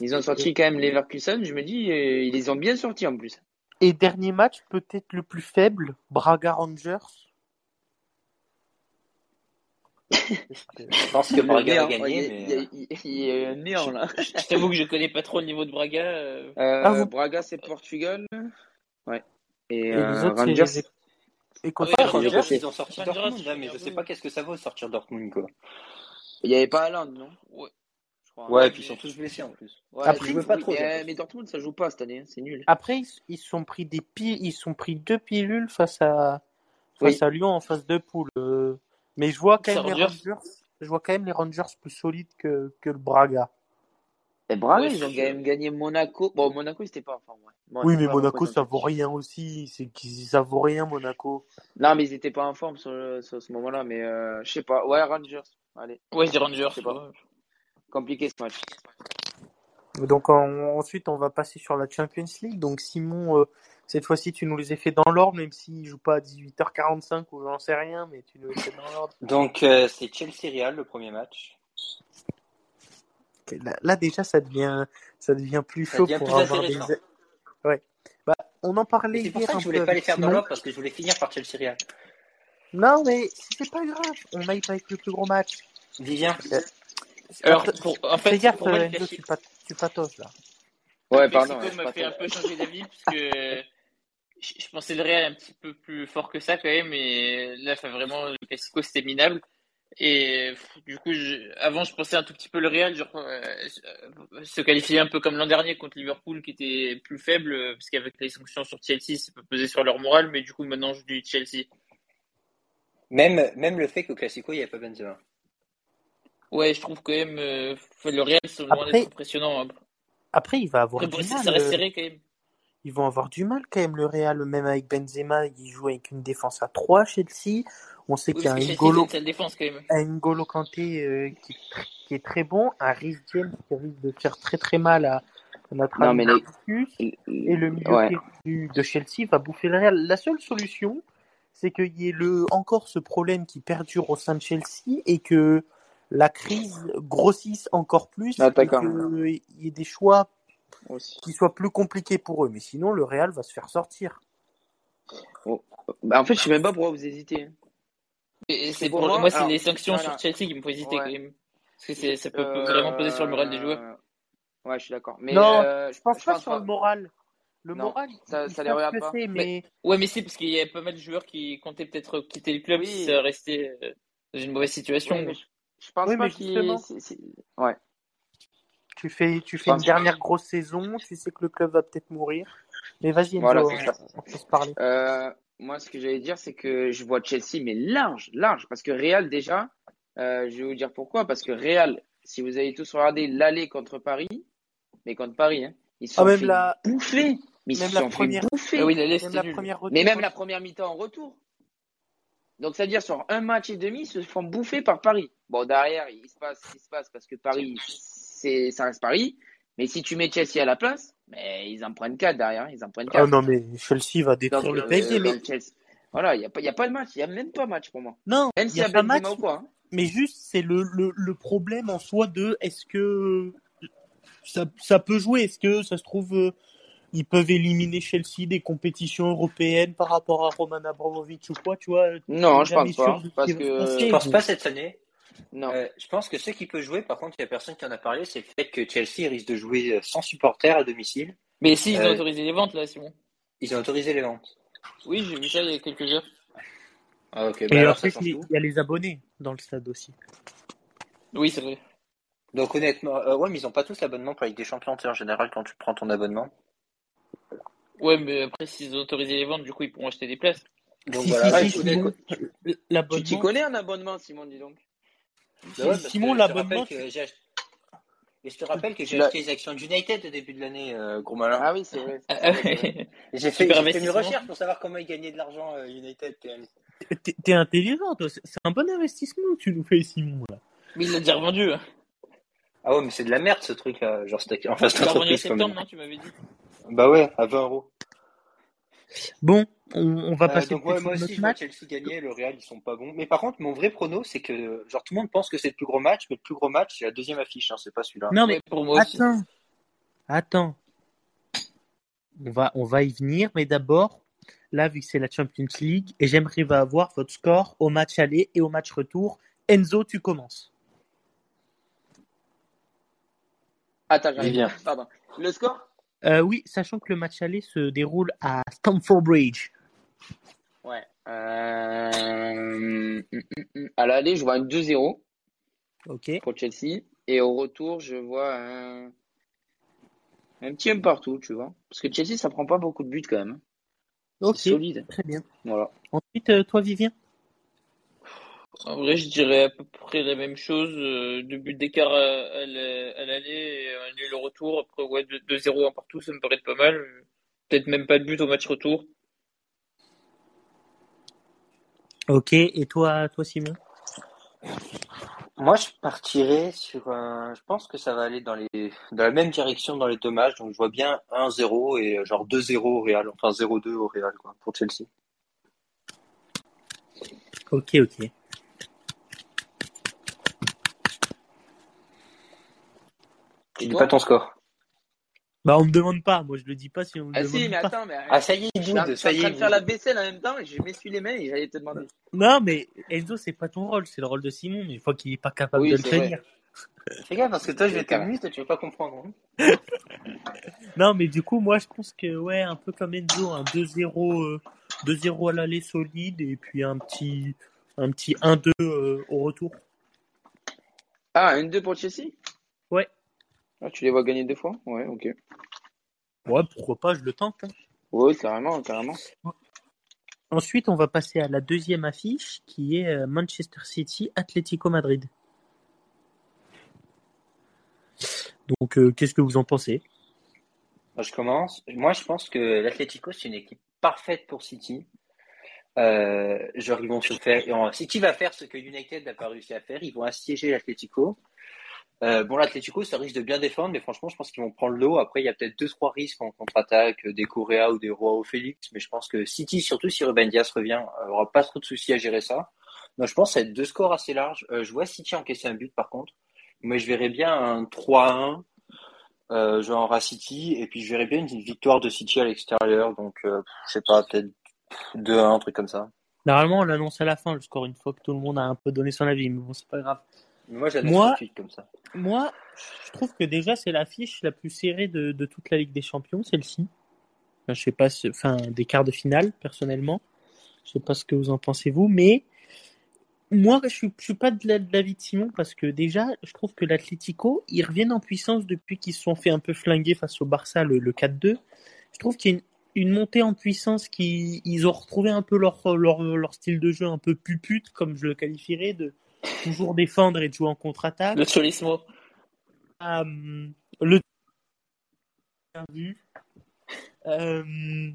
S3: Ils ont sorti quand même les Leverkusen, je me dis, euh, ils les ont bien sortis en plus.
S2: Et dernier match, peut-être le plus faible, Braga Rangers.
S1: Je pense que Braga va gagner,
S2: euh,
S3: il, y a,
S1: mais.
S3: il y a- il y a un néant là.
S4: Je t'avoue que je connais pas trop le niveau de Braga. euh,
S3: Euh,
S2: Ah, vous-
S3: Braga, c'est Portugal. Ouais. Et,
S2: Et
S3: euh,
S2: les autres,
S3: Rangers,
S2: c'est les
S1: Par
S2: Écossais.
S3: Ouais,
S1: contre,
S3: j'ai
S1: Rangers,
S3: passé.
S1: ils ont sorti
S4: Rangers,
S1: Dortmund, là, mais je
S4: Rangers.
S1: sais pas qu'est-ce que ça vaut sortir Dortmund, quoi.
S3: il n'y avait pas Haaland, non
S4: Ouais.
S3: Je crois.
S1: Ouais, et
S4: mais-
S1: puis ils sont tous blessés en plus.
S3: Ouais,
S2: Après,
S3: c'est-
S2: je
S1: veux pas
S3: oui,
S1: trop,
S3: Eh, Mais,
S1: j'avoue.
S3: mais Dortmund, ça joue pas cette année, hein, c'est nul.
S2: Après, ils ils se sont pris des pi- ils se sont pris deux pilules face à
S3: Oui.
S2: face à Lyon en phase de poule. euh, Mais je vois quand
S4: C'est
S2: même les
S4: Rangers.
S2: Rangers. Je vois quand même les Rangers plus solides que, que le Braga.
S3: Et Braga,
S4: Ouais,
S3: ils ont quand
S4: c'est sûr.
S3: même gagné Monaco. Bon, Monaco, ils étaient pas en forme. Ouais. Bon,
S2: oui,
S3: c'est
S2: mais
S3: pas
S2: Monaco,
S3: représentatif.
S2: ça vaut rien aussi. C'est qu'ils ça vaut rien Monaco.
S3: Non, mais ils étaient pas en forme sur, le- sur ce moment-là, mais euh, je sais pas. Ouais, Rangers. Allez,
S4: Ouais, c'est Rangers.
S3: Je sais pas.
S4: ouais.
S3: compliqué ce match.
S2: Donc en- ensuite, on va passer sur la Champions League. Donc Simon, euh, cette fois-ci, tu nous les as fait dans l'ordre, même s'il joue pas à 18h45 ou j'en sais rien, mais tu nous les fais dans l'ordre.
S1: Donc, euh, c'est Chelsea Real, le premier match.
S2: Là, là, déjà, ça devient ça devient plus
S1: Ça
S2: chaud
S1: devient
S2: pour
S1: plus
S2: avoir des. Bah,
S1: intéressant.
S2: On en
S1: Mais
S2: parlait
S1: c'est pour
S2: hier
S1: ça que
S2: un
S1: je
S2: peu
S1: voulais pas les
S2: avec
S1: faire dans
S2: Simon.
S1: l'ordre parce que je voulais finir par Chelsea Real.
S2: Non, mais c'est pas grave. On aille pas avec le plus gros match.
S1: Vivien,
S2: Euh,
S4: Alors,
S2: Att-
S4: pour, en
S2: Fais
S4: fait,
S2: gaffe, euh,
S4: pour moi, le
S2: Enzo,
S4: classique.
S2: tu, pat tu patoses là.
S4: Le
S3: Ouais, pardon,
S4: Classico
S3: ouais, je
S4: m'a fait un
S3: patauge.
S4: peu changer d'avis parce que je, je pensais le Real un petit peu plus fort que ça quand même et là enfin, vraiment le Classico c'était minable et pff, du coup je- avant je pensais un tout petit peu le Real genre, euh, euh, se qualifier un peu comme l'an dernier contre Liverpool qui était plus faible euh, parce qu'avec les sanctions sur Chelsea ça peut peser sur leur morale mais du coup maintenant je dis Chelsea.
S1: même, même le fait qu'au Classico, il n'y a pas Benzema.
S4: Ouais je trouve quand même euh, enfin, le Real sont loin d'être
S2: Après,
S4: impressionnant. hein.
S2: après, il va avoir
S4: Après
S2: du
S4: bon, ça
S2: mal.
S4: ça reste
S2: euh,
S4: serré quand même.
S2: Ils vont avoir du mal quand même le Real, même avec Benzema, il joue avec une défense à 3 Chelsea. On sait
S4: Oui
S2: qu'il y a un
S4: parce que Chelsea ils ont
S2: N'Golo,
S4: une sale défense quand même.
S2: un N'Golo Kanté euh, qui, qui est très bon, un Reece James qui risque de faire très très mal à notre
S3: Non,
S2: ami
S3: mais les.
S2: Marcus.
S3: les-
S2: et le milieu
S3: Ouais.
S2: qui est du- de Chelsea va bouffer le Real. La seule solution, c'est qu'il y ait le, encore ce problème qui perdure au sein de Chelsea et que la crise grossisse encore plus et
S3: L'attaquant
S2: qu'il y ait des choix
S3: aussi.
S2: qui soient plus compliqués pour eux. Mais sinon, le Real va se faire sortir.
S3: Bah, en fait, je sais même pas pourquoi vous hésitez. hein.
S4: Et
S3: Parce que
S4: c'est
S3: pour
S4: pour
S3: moi,
S4: moi, c'est
S3: alors,
S4: les sanctions sur
S3: voilà.
S4: Chelsea qui me font hésiter
S3: Ouais.
S4: quand même. Parce que c'est- ça peut peut vraiment peser sur le moral des joueurs.
S3: Euh... Ouais, je suis d'accord. Mais
S2: Non,
S3: euh,
S2: je pense
S3: je
S2: pas
S3: pense
S2: sur le
S3: pas.
S2: moral. Le
S3: Non,
S2: moral, ils,
S3: ça,
S2: ils
S3: ça les
S2: savent ce
S3: regarde
S2: que
S3: pas.
S2: c'est,
S4: Mais
S2: mais
S4: ouais, mais si, parce qu'il y a pas mal de joueurs qui comptaient peut-être quitter le club si
S3: Oui,
S4: ça restait euh, dans une mauvaise situation.
S3: oui, mais
S4: Donc.
S3: je, je pense
S2: oui,
S3: pas
S2: mais
S3: qu'ils.
S2: justement,
S3: c'est- c'est- Ouais,
S2: tu fais, tu
S3: je
S2: fais une
S3: pense.
S2: dernière grosse saison, tu sais que le club va peut-être mourir. Mais vas-y,
S3: Voilà,
S2: Enzo,
S3: c'est ça.
S2: on peut se parler.
S3: Euh, moi, ce que j'allais dire, c'est que je vois Chelsea, mais large, large. Parce que Real, déjà, euh, je vais vous dire pourquoi. Parce que Real, si vous avez tous regardé l'aller contre Paris, mais contre Paris, hein, ils se
S2: Ah,
S3: sont
S2: même
S3: fait
S2: la,
S3: bouffer. Mais ils se
S2: même la
S3: sont fait
S2: première,
S4: Ah oui,
S3: bouffer.
S4: la Leste,
S2: même
S4: c'était
S2: la
S4: nul.
S2: première
S3: Mais
S2: retour
S3: même la première mi-temps en retour. Donc, c'est-à-dire, sur un match et demi, ils se font bouffer par Paris. Bon, derrière, il se passe ce qui se passe parce que Paris, c'est, ça reste Paris. Mais si tu mets Chelsea à la place, mais ils en prennent quatre derrière, hein, ils en prennent
S2: Oh
S3: quatre.
S2: non, mais Chelsea va détruire
S3: Donc,
S2: le
S3: euh,
S2: PSG. Mais
S3: donc Chelsea. Voilà, il n'y a, pas- y a pas de match, il n'y a même pas match pour moi.
S2: non,
S3: Même
S2: il
S3: s'il
S2: n'y
S3: y
S2: a
S3: a
S2: pas
S3: Benzema
S2: match,
S3: ou quoi. hein.
S2: mais juste, c'est le, le, le problème en soi de est-ce que ça, ça peut jouer Est-ce que ça se trouve, euh, ils peuvent éliminer Chelsea des compétitions européennes par rapport à Roman Abramovich ou quoi Tu vois, tu
S3: Non,
S2: n'es
S3: je pense
S2: jamais sûr
S3: pas.
S2: de ce qui
S3: Parce
S2: va
S3: que.
S2: se
S1: Je
S2: passer.
S1: pense
S2: mais-
S1: pas cette année.
S3: non.
S1: Euh, je pense que ce qui peut jouer, par contre, il n'y a personne qui en a parlé, c'est le fait que Chelsea risque de jouer euh, sans supporter à domicile.
S4: Mais si, ils ont
S1: Euh,
S4: autorisé les ventes là, c'est bon.
S1: ils ont autorisé les ventes.
S4: Oui, j'ai vu ça il y a quelques heures.
S1: Ah ok, bah
S2: Et en
S1: alors ça
S2: plus,
S1: change
S2: il
S1: tout.
S2: y a les abonnés dans le stade aussi.
S4: Oui, c'est vrai.
S1: Donc honnêtement, euh, ouais, mais ils n'ont pas tous l'abonnement pour la Ligue des Champions, tu sais, en général, quand tu prends ton abonnement.
S4: Ouais, mais après, s'ils ont autorisé les ventes, du coup, ils pourront acheter des places.
S1: Donc
S2: Si,
S1: voilà,
S2: si,
S3: Ouais,
S2: si,
S1: donc
S3: tu-
S1: honnêtement,
S2: Simon,
S3: Euh, Tu t'y
S2: l'abonnement.
S3: connais un abonnement, Simon, dis donc.
S1: bah ouais,
S2: Si,
S1: parce
S2: Simon,
S1: que je te rappelle
S2: l'abonnement, tu-
S1: que j'ai acheté... Et je te rappelle que
S3: Tu
S1: j'ai
S3: l'as.
S1: acheté les actions d'United au début de l'année, euh, gros malin.
S3: Ah oui, c'est vrai,
S4: Ah,
S3: c'est
S4: ah,
S3: vrai, c'est vrai.
S1: Et J'ai fait, j'ai fait
S4: Super
S1: mes
S4: investissement.
S1: recherches pour savoir comment ils gagnaient de l'argent euh, United quand même.
S2: t'es t'es intelligent, toi. C'est c'est un bon investissement que tu nous fais, Simon. Là.
S4: Mais il l'a déjà revendu. hein.
S1: Ah ouais, mais c'est de la merde ce truc là, genre c'est enfin,
S4: Il
S1: cette
S4: l'a revendu en
S1: entreprise quand
S4: septembre,
S1: même.
S4: non, tu m'avais dit.
S1: Bah ouais, à 20 euros.
S2: Bon, on, on va
S1: Euh,
S2: passer
S1: donc ouais,
S2: peut-être sur
S1: moi aussi
S2: notre
S1: je vois
S2: match.
S1: Chelsea gagner, le Real ils sont pas bons. Mais par contre mon vrai prono c'est que genre tout le monde pense que c'est le plus gros match, mais le plus gros match c'est la deuxième affiche, hein, c'est pas celui-là.
S2: Non, mais
S4: Ouais, pour moi aussi.
S2: attends, attends. On va, on va y venir, mais d'abord, là, vu que c'est la Champions League, et j'aimerais avoir votre score au match aller et au match retour. Enzo, tu commences.
S3: Attends, j'arrive.
S1: Vivien.
S3: Pardon. Le score
S2: Euh, oui, sachant que le match aller se déroule à Stamford Bridge.
S3: Ouais. Euh, À l'aller, je vois un 2-0
S2: Ok.
S3: pour Chelsea. Et au retour, je vois un, un petit un partout, tu vois. Parce que Chelsea, ça prend pas beaucoup de buts quand même. hein.
S2: Ok.
S3: C'est solide.
S2: Très bien.
S3: Voilà.
S2: Ensuite, euh, toi, Vivien.
S4: En vrai, je dirais à peu près la même chose. euh, deux buts d'écart à, à la- à l'aller et un nul au retour. Après, ouais, deux- 2-0 un partout, ça me paraît pas mal. Peut-être même pas de but au match retour.
S2: Ok. Et toi, toi, Simon.
S1: Moi, je partirais sur un. Je pense que ça va aller dans les dans la même direction dans les deux matchs. Donc, je vois bien 1-0 et euh, genre 2-0 au Real. Enfin, 0-2 au Real quoi, pour Chelsea.
S2: Ok, ok.
S1: Tu
S3: Et
S1: dis
S3: toi
S1: pas ton score.
S2: Bah, on me demande pas. Moi, je le dis pas si on me
S3: Ah
S2: demande
S3: si, mais
S2: pas.
S3: attends, mais
S1: Ah, ça y est,
S3: je suis en-
S1: Good.
S3: je suis en
S1: Ça y
S3: train
S1: est,
S3: de faire la
S1: Good.
S3: vaisselle en même temps et je m'essuie les mains et j'allais te demander.
S2: Non, mais Enzo, c'est pas ton rôle, c'est le rôle de Simon. Mais une fois qu'il est pas capable
S3: Oui,
S2: de le
S3: c'est vrai.
S2: tenir.
S1: Fais gaffe parce que toi, je vais
S3: C'est clair.
S1: t'amuser. Tu vas pas comprendre. hein.
S2: Non, mais du coup, moi, je pense que, ouais, un peu comme Enzo, un 2-0, euh, 2-0 à l'aller solide et puis un petit, un petit 1-2 euh, au retour.
S3: Ah, un 2 pour Chelsea
S2: Ouais.
S3: Ah, tu les vois gagner deux fois Ouais, ok.
S2: Ouais, pourquoi pas, je le tente. hein.
S3: Ouais, carrément, carrément.
S2: Ensuite, on va passer à la deuxième affiche qui est euh, Manchester City Atlético Madrid. Donc, euh, qu'est-ce que vous en pensez
S1: Moi, je commence. Moi, je pense que l'Atlético c'est une équipe parfaite pour City. Euh, genre, ils vont se faire. et on- City va faire ce que United n'a pas réussi à faire. Ils vont assiéger l'Atlético. Euh, bon, l'Atlético, ça risque de bien défendre, mais franchement, je pense qu'ils vont prendre l'eau. Après, il y a peut-être deux, trois risques en contre-attaque, euh, des Correa ou des Roao Félix, mais je pense que City, surtout si Ruben Dias revient, euh, aura pas trop de soucis à gérer ça. Donc, je pense que ça va être deux scores assez larges. Euh, je vois City encaisser un but, par contre, mais je verrais bien un 3-1, euh, genre à City, et puis je verrais bien une victoire de City à l'extérieur, donc, euh, je sais pas, peut-être 2-1, un truc comme ça.
S2: Normalement, on l'annonce à la fin, le score, une fois que tout le monde a un peu donné son avis, mais bon, c'est pas grave.
S1: Mais Moi, j'annonce tout
S2: Moi,
S1: de suite comme ça.
S2: moi, je trouve que déjà, c'est l'affiche la plus serrée de, de toute la Ligue des Champions, celle-ci. Enfin, je sais pas, ce- enfin, des quarts de finale, personnellement. Je sais pas ce que vous en pensez, vous, mais moi, je suis, je suis pas de la- de l'avis de Simon parce que déjà, je trouve que l'Atlético, ils reviennent en puissance depuis qu'ils se sont fait un peu flinguer face au Barça le, le 4-2. Je trouve qu'il y a une, une montée en puissance qui, ils ont retrouvé un peu leur, leur, leur style de jeu un peu pupute, comme je le qualifierais, de toujours défendre et de jouer en contre-attaque.
S4: Le Cholismo.
S2: Euh, le Euh,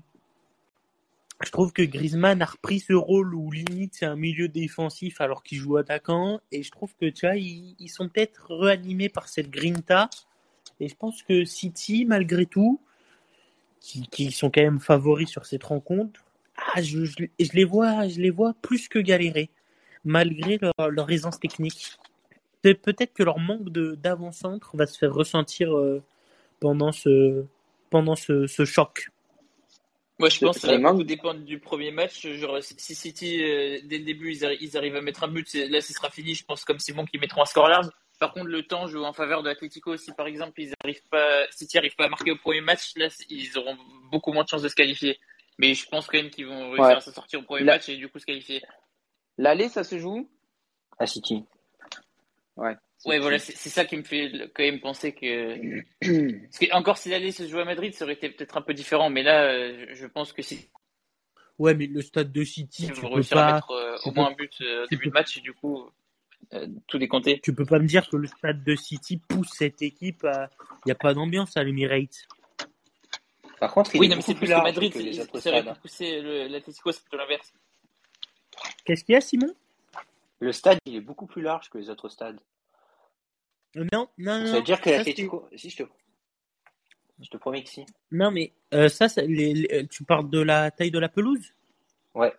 S2: je trouve que Griezmann a repris ce rôle où limite c'est un milieu défensif alors qu'il joue attaquant. Et je trouve que tu vois, ils, ils sont peut-être réanimés par cette grinta. Et je pense que City, malgré tout, qui, qui sont quand même favoris sur cette rencontre, ah, je, je- je les vois, je les vois plus que galérer, malgré leur, leur aisance technique. Pe- Peut-être que leur manque de- d'avant-centre va se faire ressentir euh, pendant ce, pendant ce, ce choc.
S4: Moi, je
S3: C'est-
S4: pense que ça va
S3: Clément
S4: tout dépendre du premier match. Genre, si City, euh, dès le début, ils, arri- ils arrivent à mettre un but, c'est- là, ce sera fini. Je pense, comme Simon, qu'ils mettront un score large. Par contre, le temps joue en faveur de l'Atlético. Si, par exemple, ils arrivent pas, City n'arrive pas à marquer au premier match, là, c- ils auront beaucoup moins de chances de se qualifier. Mais je pense quand même qu'ils vont réussir
S3: Ouais.
S4: à s'en sortir au premier
S3: La-
S4: match et du coup se qualifier.
S3: L'aller, ça se joue
S1: À City.
S3: Ouais.
S4: Ouais, voilà,
S3: City.
S4: c'est c'est ça qui me fait le- quand même penser que. Parce que encore si l'aller se jouait à Madrid, ça aurait été peut-être un peu différent. Mais là, euh, je je pense que si
S2: Ouais, mais le stade de City,
S4: ils
S2: tu
S4: vont
S2: peux
S4: réussir à
S2: pas,
S4: mettre euh,
S2: tu
S4: au
S2: peux,
S4: moins un but euh, au
S2: tu
S4: début
S2: peux,
S4: de match, et du coup, euh, tout décompté.
S2: tu peux pas me dire que le stade de City pousse cette équipe à. Il n'y a pas d'ambiance à l'Emirates.
S1: Par contre, il
S4: Oui,
S1: est
S4: non, mais
S1: beaucoup
S4: c'est
S1: plus
S4: plus que
S1: large
S4: Madrid,
S1: que les
S4: ils-
S1: autres
S4: ça aurait
S1: stades.
S4: pu
S1: hein.
S4: pousser le- l'Atlético, c'est plutôt l'inverse.
S2: Qu'est-ce qu'il y a, Simon
S1: Le stade, il est beaucoup plus large que les autres stades.
S2: Euh, Non, non,
S1: Donc ça veut
S2: non,
S1: dire que
S2: ça c'est.
S1: l'Atlético, si je te, je te promets que si.
S2: Non, mais euh, ça, ça- les- les- euh, tu parles de la taille de la pelouse
S1: Ouais.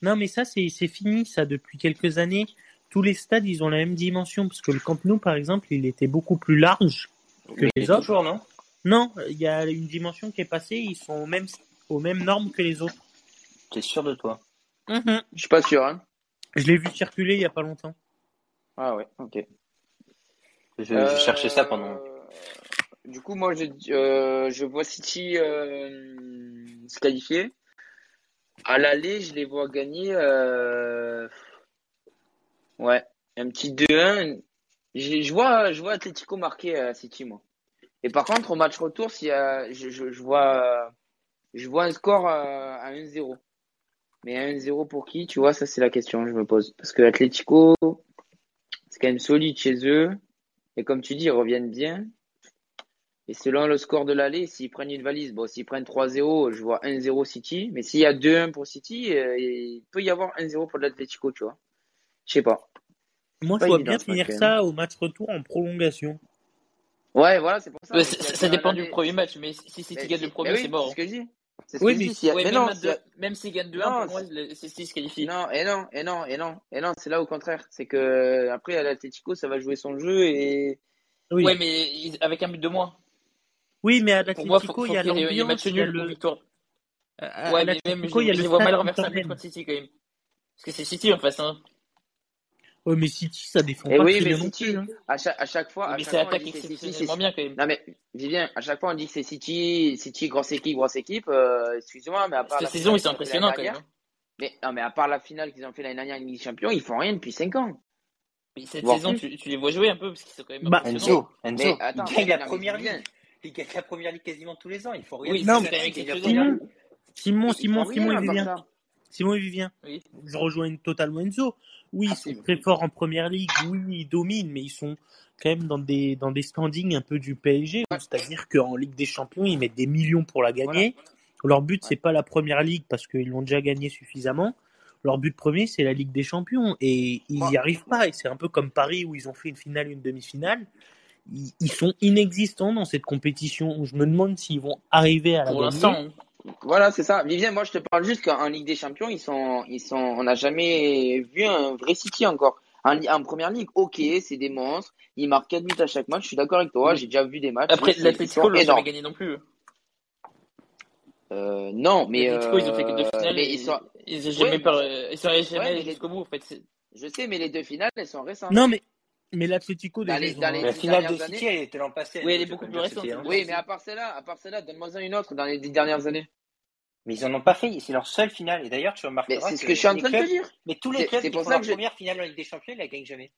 S2: Non, mais ça, c'est c'est fini, ça, depuis quelques années. Tous les stades, ils ont la même dimension, parce que le Camp Nou, par exemple, il était beaucoup plus large que
S1: Mais il
S2: les
S1: est
S2: autres.
S1: toujours, non?
S2: Non, il y a une dimension qui est passée, ils sont aux mêmes, aux mêmes normes que les autres.
S1: T'es sûr de toi?
S2: Mhm.
S3: Je suis pas sûr, hein.
S2: Je l'ai vu circuler il y a pas longtemps.
S3: Ah ouais, ok.
S1: Je, je cherchais ça pendant.
S3: Euh, Du coup, moi, je, euh, je vois City euh, se qualifier. À l'aller, je les vois gagner. euh, Ouais, un petit 2-1. J'ai- Je vois, je vois Atletico marquer à City, moi. Et par contre, au match retour, s'il y a, je, je, je vois, je vois un score euh, à 1-0. Mais 1-0 pour qui, tu vois, ça c'est la question que je me pose. Parce que Atletico, c'est quand même solide chez eux. Et comme tu dis, ils reviennent bien. Et selon le score de l'aller, s'ils prennent une valise, bon, s'ils prennent 3-0, je vois 1-0 City. Mais s'il y a 2-1 pour City, euh, il peut y avoir 1-0 pour l'Atletico, tu vois. Je sais pas.
S2: Moi,
S3: Pas
S2: je vois
S3: évident,
S2: bien
S3: ce match,
S2: finir
S3: quand même.
S2: ça au match retour en prolongation.
S3: Ouais, voilà, c'est pour ça.
S4: Ouais,
S3: mais
S4: ça,
S3: s'il y a
S4: ça- ça
S3: deux à
S4: dépend du
S3: l'aller-
S4: premier match, mais si City
S3: Mais
S4: gagne
S3: si-
S4: le premier,
S3: mais oui,
S4: c'est mort. hein.
S3: ce que je dis. C'est ce
S2: Oui,
S3: que je
S2: mais-
S3: dis. s'il y a-
S4: Ouais,
S3: Mais
S4: même,
S3: non,
S4: à
S3: s'il y a-
S4: deux- même s'il gagne 2-1,
S3: non,
S4: pour moi, le- City se qualifie.
S3: Non, et non, et non, et non, et non, c'est là au contraire. C'est que euh, après à l'Atletico, ça va jouer son jeu et
S2: Oui.
S4: Ouais, mais ils- avec un but de moins.
S2: oui, mais à
S4: Pour moi, faut,
S2: l'Atletico, il
S4: faut
S2: y a
S4: qu'il y ait un
S2: l'ambiance,
S4: match
S2: il y a
S4: nul ou
S2: le,
S4: victoire.
S2: à à
S4: Ouais, mais même,
S2: l'Atletico, il y
S4: je,
S2: a
S4: je
S2: le
S4: les vois
S2: stade
S4: mal
S2: qui
S4: renverser un but
S2: t'emmène.
S4: contre City quand même. Parce que c'est City en face, hein.
S2: Ouais, mais City, ça défend
S3: et
S2: pas
S3: Eh oui,
S2: très
S3: mais
S2: bien non plus.
S3: City
S2: hein.
S3: à chaque à chaque fois,
S4: Oui,
S3: à
S4: mais
S3: chaque
S4: ça
S3: fois on
S4: attaque
S3: dit que c'est City, c'est
S4: exceptionnellement bien quand même.
S3: non mais Vivien, à chaque fois on dit que c'est City, City grosse équipe, grosse équipe. euh, Excuse-moi, mais à part
S4: Cette
S3: la finale
S4: saison, ils sont
S3: qu'ils ont fait l'année
S4: impressionnants quand même.
S3: dernière,
S4: hein.
S3: mais non mais à part la finale qu'ils ont fait l'année dernière en Ligue des Champions, ils font rien depuis 5 ans,
S4: Mais cette
S3: voire
S4: saison,
S3: plus.
S4: tu, tu les vois jouer un peu parce qu'ils sont quand même
S2: Bah,
S4: impressionnants.
S3: Mais
S1: Enzo,
S3: mais
S1: Enzo, il
S3: attends,
S1: gagne
S3: mais
S1: la
S3: non mais
S1: première
S3: Vivien,
S1: ligue. Il gagne la première ligue quasiment tous les ans. Ils font rien
S4: Oui,
S1: depuis
S2: Non,
S4: c'est
S1: la,
S4: quand même
S1: depuis la
S4: exceptionnel.
S1: première
S2: Simon,
S1: ligue.
S2: Simon,
S3: ils, ils
S2: Simon,
S3: font
S2: Simon
S3: rien
S2: et
S3: à part
S2: Vivien.
S3: ça.
S2: Simon et Vivien.
S4: Oui.
S2: Je rejoins totalement Enzo. Oui, ils sont
S3: Assume.
S2: très forts en première ligue. Oui, ils dominent, mais ils sont quand même dans des, dans des standings un peu du PSG. où C'est-à-dire qu'en Ligue des Champions, ils mettent des millions pour la
S3: Voilà.
S2: gagner. Leur but,
S3: Ouais.
S2: c'est pas la première ligue parce qu'ils l'ont déjà gagnée suffisamment. Leur but premier, c'est la Ligue des Champions. Et ils
S3: Moi,
S2: n'y arrivent pas. Et c'est un peu comme Paris où ils ont fait une finale, une demi-finale. Ils, ils sont inexistants dans cette compétition. Je me demande s'ils vont arriver à la
S4: Pour
S2: gagner.
S4: l'instant, hein.
S3: Voilà, c'est ça. Vivien, moi je te parle juste qu'en Ligue des Champions, ils sont, ils sont, on n'a jamais vu un vrai City encore. En, Li- en première ligue, ok, c'est des monstres. Ils marquent 4 buts à chaque match. Je suis d'accord avec toi.
S4: Oui.
S3: J'ai déjà vu des matchs où
S4: Après,
S3: c'est, ils sont
S4: l'Atletico l'ont jamais
S3: énormes.
S4: gagné non plus.
S3: Euh, non, mais
S4: L'Atletico, ils ont fait que deux
S3: euh,
S4: finales
S3: mais ils
S4: et
S3: sont.
S4: ils sont
S3: Ouais,
S4: jamais,
S3: mais
S4: par...
S3: je,
S4: ils sont allés
S3: ouais, mais
S4: jamais
S3: les,
S4: jusqu'au bout en fait. C'est-
S3: je sais, mais les deux finales, elles sont récentes.
S2: Non, mais, mais l'Atletico,
S3: Dans
S2: déjà,
S3: les,
S2: ils
S3: dans
S2: ont un-
S3: les
S1: La
S3: dix
S1: finale de
S3: dernières
S1: City,
S3: années.
S1: elle était l'an passé.
S4: Oui,
S1: Enzo,
S4: elle est
S1: tu peux
S4: beaucoup
S1: le
S4: plus
S1: dire,
S4: récente,
S1: c'était
S4: c'est
S1: un.
S4: bien
S3: Oui, mais
S4: aussi.
S3: à part celle-là, à part celle-là, donne-moi une autre dans les dix dernières années.
S1: Mais ils en ont pas fait. C'est leur seule finale. Et d'ailleurs, tu
S3: Mais
S1: remarqueras
S3: c'est ce
S1: que
S3: que je suis en
S1: les
S3: train de te
S1: clubs,
S3: dire.
S1: mais tous les
S3: C'est,
S1: clubs
S3: c'est
S1: qui
S3: pour
S1: font
S3: ça
S1: leur
S3: que je,
S1: première finale en Ligue des Champions, ils la gagnent jamais.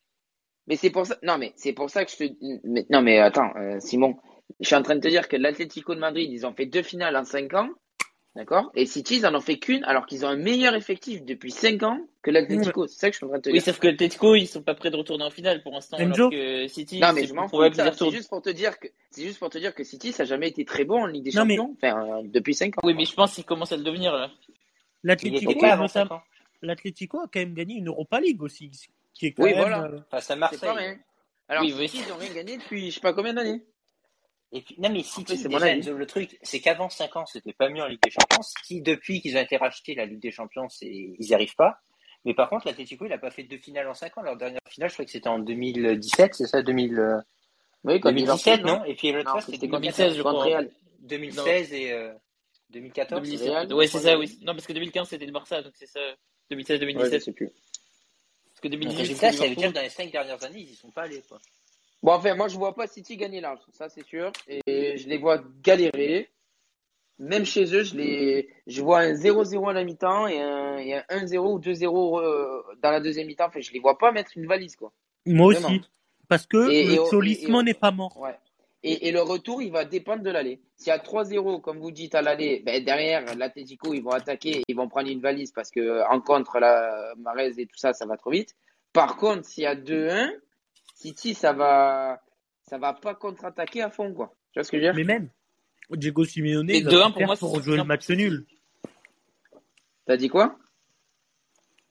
S3: Mais c'est pour ça. Non, mais c'est pour ça que je te. mais- non, mais attends, euh, Simon. Je suis en train de te dire que l'Atlético de Madrid, ils ont fait deux finales en cinq ans, d'accord Et City, ils en ont fait qu'une, alors qu'ils ont un meilleur effectif depuis cinq ans que l'Atlético. C'est ça que je suis en train de te
S4: Oui,
S3: dire.
S4: sauf que l'Atletico, ils sont pas prêts de retourner en finale pour l'instant, alors
S2: Enzo,
S4: que City,
S3: Non, mais
S4: c'est
S3: je
S4: plus
S3: m'en fous de
S4: probable qu'ils y
S3: ça. C'est
S4: retournent.
S3: juste pour te dire que c'est juste pour te dire que City, ça n'a jamais été très bon en Ligue des
S2: non, mais
S3: Champions, enfin euh, depuis cinq ans,
S4: Oui,
S3: quoi.
S4: mais je pense qu'ils commencent à le devenir là.
S1: Il n'y était
S2: l'Atlético,
S1: pas
S2: et
S1: avant
S2: notamment
S1: 5 ans.
S2: l'Atlético a quand même gagné une Europa League aussi, ce qui est quand
S3: Oui,
S2: même.
S3: voilà.
S2: euh,
S1: Face à
S3: C'est pas
S1: Marseille.
S3: rien. Alors
S4: Oui, oui.
S3: City, ils n'ont rien gagné depuis je sais pas combien d'années.
S1: Et puis, non, mais
S3: Après,
S1: City,
S3: c'est mon
S1: déjà,
S3: avis.
S1: Enzo, le truc, c'est qu'avant 5 ans, c'était pas mieux en Ligue des Champions. City, depuis qu'ils ont été rachetés, la Ligue des Champions, c'est- ils n'y arrivent pas. Mais par contre, l'Atletico, il n'a pas fait deux finales en 5 ans. Leur dernière finale, je crois que c'était en 2017, c'est ça, 2000, euh,
S3: Oui, contre Liverpool,
S1: 2017,
S3: non
S1: non? Et puis l'autre
S3: Non,
S1: fois, c'était
S3: c'était contre qui
S4: 2016,
S1: 2014.
S4: je
S3: Contre
S4: crois.
S3: Real.
S4: Non,
S1: 2016 et euh, 2014, c'est
S4: 2017
S1: ça?
S3: Real,
S4: plutôt.
S3: je
S4: Ouais, c'est
S3: crois,
S4: ça,
S3: Real.
S4: oui. Non, parce que 2015, c'était le Barça, donc c'est ça.
S3: Ouais, je
S4: 2016-2017.
S3: sais plus.
S4: Parce que
S1: Donc,
S4: 2018, c'était
S1: résultat, ça veut dire que
S4: Liverpool.
S1: dans les 5 dernières années, ils n'y sont pas allés, quoi.
S3: Bon, enfin, moi, je vois pas City gagner large, ça c'est sûr. Et je les vois galérer. Même chez eux, je les, je vois un 0-0 à la mi-temps et un, et un 1-0 ou 2-0 euh, dans la deuxième mi-temps. Enfin, je les vois pas mettre une valise, quoi.
S2: Moi
S3: Vraiment.
S2: aussi. Parce que
S3: Et,
S2: le
S3: et, au- et, et
S2: Solismo
S3: au-
S2: n'est pas mort.
S3: ouais. Et, et le retour, il va dépendre de l'aller. S'il y a 3-0, comme vous dites, à l'aller, ben derrière, l'Atletico, ils vont attaquer, ils vont prendre une valise parce que euh, en contre, la Marez et tout ça, ça va trop vite. Par contre, s'il y a 2-1, City, ça va, ça va pas contre-attaquer à fond, quoi. Tu vois ce que je veux dire?
S2: Mais même, Diego Simeone,
S4: Mais
S2: il va
S4: 2-1,
S2: tout
S4: pour
S2: faire
S4: moi, c'est
S2: pour jouer le
S4: suffisant pour
S2: match
S4: City.
S2: nul.
S3: T'as dit quoi?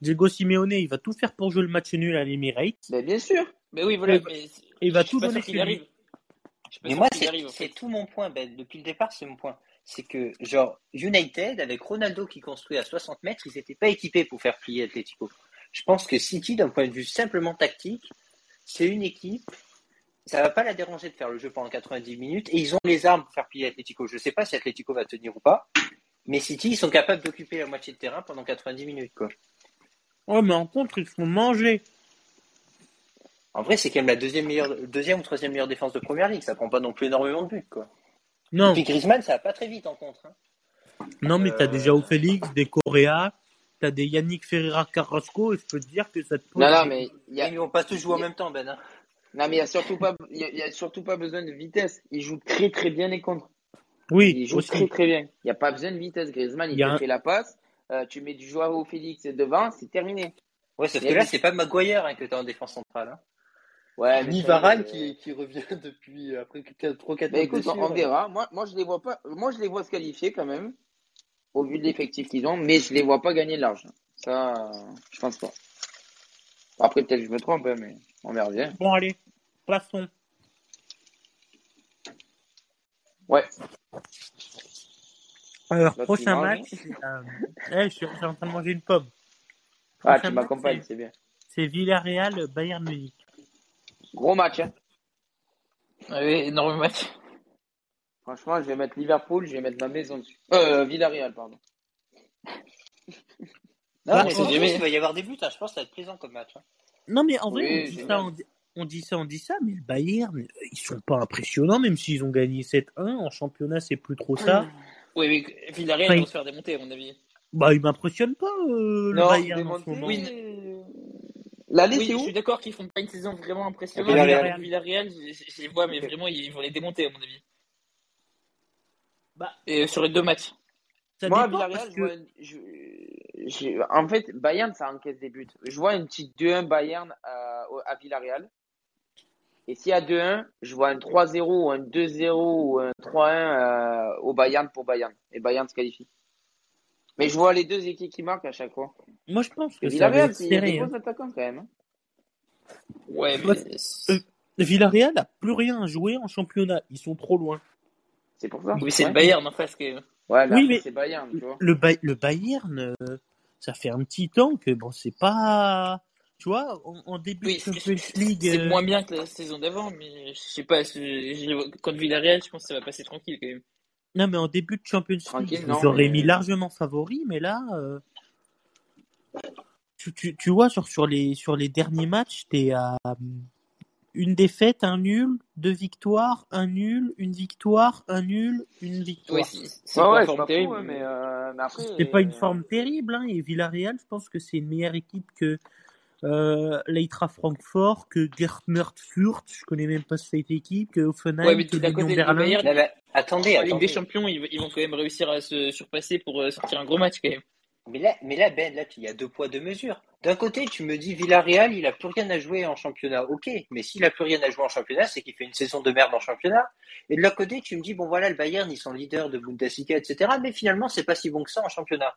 S2: Diego Simeone, il va tout faire pour jouer le match nul à l'Emirates.
S3: Ben, bien sûr.
S4: Mais oui,
S2: Et
S4: voilà, mais c'est-
S2: il
S4: je
S2: va
S4: je suis
S2: tout
S4: pas
S2: donner
S4: sûr qu'il
S2: chez
S4: y
S2: lui.
S4: arrive. Je suis pas
S1: Mais
S4: sûr
S1: moi,
S4: qu'il y
S1: c'est
S4: arrive, en
S1: c'est
S4: fait.
S1: tout mon point, Ben. Depuis le départ, c'est mon point. C'est que, genre, United, avec Ronaldo qui construit à 60 mètres, ils n'étaient pas équipés pour faire plier Atletico. Je pense que City, d'un point de vue simplement tactique, c'est une équipe, ça va pas la déranger de faire le jeu pendant 90 minutes, et ils ont les armes pour faire plier Atletico. Je sais pas si Atletico va tenir ou pas, mais City, ils sont capables d'occuper la moitié de terrain pendant 90 minutes, quoi.
S2: Oh, mais en contre, ils se font manger.
S1: En vrai, c'est quand même la deuxième, meilleure, deuxième ou troisième meilleure défense de première ligue. Ça prend pas non plus énormément de buts, quoi. Et
S2: Non,
S1: puis Griezmann, ça va pas très vite en contre. hein.
S2: non mais t'as
S1: euh,
S2: déjà au Félix, des Correa, t'as des Yannick Ferreira Carrasco, et je peux te dire que ça te pose.
S3: Non, non,
S2: des-
S3: mais il y a,
S1: Et ils vont pas tous jouer en
S3: y a-
S1: même temps, Ben. hein.
S3: non, mais il y a surtout pas, il y a- il y a surtout pas besoin de vitesse. Il joue très très bien les contres. Il
S2: Oui,
S3: joue
S2: aussi.
S3: très très bien. Il n'y a pas besoin de vitesse. Griezmann, il,
S2: Il y a
S3: te
S2: un-
S3: fait la passe. Euh, tu mets du Joao Félix devant, c'est terminé.
S1: Ouais, sauf
S3: Et
S1: que là,
S3: puis-
S1: c'est pas Maguire hein, que t'as en défense centrale. hein.
S3: Ouais, mais
S1: Ni
S3: ça,
S1: Varane
S3: euh,
S1: qui, qui revient depuis euh, après 3-4
S3: Mais écoute, on, on verra. Moi, moi, je les vois pas. Moi, je les vois se qualifier quand même, au vu de l'effectif qu'ils ont, mais je les vois pas gagner large. Ça, euh, je pense pas. Après, peut-être que je me trompe, hein, mais on verra bien.
S2: Bon, allez, passons.
S3: Ouais.
S2: Alors,
S3: L'autre, il
S2: prochain
S3: mange.
S2: match. euh, eh, je suis je suis en train de manger une pomme.
S3: Ah,
S2: Ça
S3: tu
S2: me
S3: m'accompagnes,
S2: fait.
S3: c'est bien.
S2: C'est Villarreal, Bayern Munich.
S3: Gros match, hein.
S4: Ouais, énorme match.
S3: Franchement, je vais mettre Liverpool, je vais mettre ma maison dessus. Euh, Villarreal, pardon.
S1: Non,
S2: Bah,
S1: mais
S2: on-
S1: c'est jamais... il va y avoir des buts. hein. Je pense que ça va être plaisant comme match. hein.
S2: Non, mais en vrai,
S3: Oui,
S2: on, dit
S3: génial.
S2: ça, on, dit, on dit ça, on dit ça, mais le Bayern, ils sont pas impressionnants, même s'ils ont gagné 7-1. En championnat, c'est plus trop ça.
S3: Mm.
S4: Oui, mais Villarreal,
S2: Oui.
S4: ils vont se faire démonter, à mon avis.
S2: Bah, ils m'impressionnent pas, euh, le
S3: Non,
S2: Bayern en
S3: démonter.
S2: ce moment.
S4: Oui.
S3: L'allée,
S4: Oui,
S3: c'est
S4: je
S3: où
S4: suis d'accord qu'ils font pas une saison vraiment impressionnante.
S1: Et Villarreal.
S4: mais Villarreal, je, je- je les vois, mais vraiment, ils vont les démonter, à mon avis.
S2: Bah,
S4: Et euh, sur les deux matchs.
S2: ça
S3: Moi, à
S2: dépend
S3: Villarreal,
S2: parce
S3: je
S2: que.
S3: vois une- je- je- en fait, Bayern, ça encaisse des buts. Je vois une petite 2-1 Bayern à, au- à Villarreal. Et s'il y a 2-1, je vois un 3-0 ou un 2-0 ou un 3-1 euh, au Bayern pour Bayern. Et Bayern se qualifie. Mais je vois les deux équipes qui marquent à chaque fois.
S2: Moi, je pense que
S3: Et
S2: ça va
S3: Villarreal,
S2: être
S3: c'est- il y a des
S2: serré. hein.
S3: bons attaquants quand même. hein.
S4: Ouais,
S2: Moi,
S4: mais.
S2: euh, Villarreal a plus rien à jouer en championnat. Ils sont trop loin.
S3: C'est pour ça.
S4: Oui, mais c'est
S3: Ouais,
S4: le Bayern en face.
S3: ouais
S4: Que...
S3: mais
S2: Oui,
S3: après,
S2: mais-
S3: c'est Bayern, tu vois.
S2: Le, Bay- le Bayern, euh, ça fait un petit temps que bon, c'est pas. Tu vois, en, en début de
S4: Oui, c'est-
S2: Champions League.
S4: c'est
S2: euh,
S4: moins bien que la saison d'avant, mais je sais pas. je- je- Contre Villarreal, je pense que ça va passer tranquille, quand même.
S2: Non, mais en début de Champions League,
S3: Tranquille,
S2: je
S3: non,
S2: les aurais
S3: mais-
S2: mis largement favoris, mais là, euh, tu, tu, tu vois, sur, sur, les, sur les derniers matchs, t'es à euh, une défaite, un nul, deux victoires, un nul, une victoire, un nul, une
S4: Oui,
S2: victoire.
S4: c'est c'est
S3: Ouais,
S4: pas
S3: ouais,
S4: une
S3: c'est
S4: forme
S3: pas fou,
S4: terrible.
S3: hein, mais,
S4: mais-
S3: euh, mais après.
S2: C'est pas une forme terrible, hein, et Villarreal, je pense que c'est une meilleure équipe que euh, l'Eintracht Francfort, que Gertner Fürth, je connais même pas cette équipe, que
S4: Ouais,
S2: Hoffenheim,
S4: mais
S2: que
S4: d'un
S2: l'Union
S4: côté, le
S2: Berlin.
S4: Bayern,
S1: Non, mais attendez,
S4: en Ligue
S1: attendez.
S4: des Champions, ils, ils vont quand même réussir à se surpasser pour euh, sortir un gros match, quand même.
S1: Mais là, mais là, Ben, là, tu- il y a deux poids, deux mesures. D'un côté, tu me dis Villarreal, il a plus rien à jouer en championnat. Ok, mais s'il a plus rien à jouer en championnat, c'est qu'il fait une saison de merde en championnat. Et de l'autre côté, tu me dis, bon voilà, le Bayern, ils sont leaders de Bundesliga, etc. Mais finalement, c'est pas si bon que ça en championnat.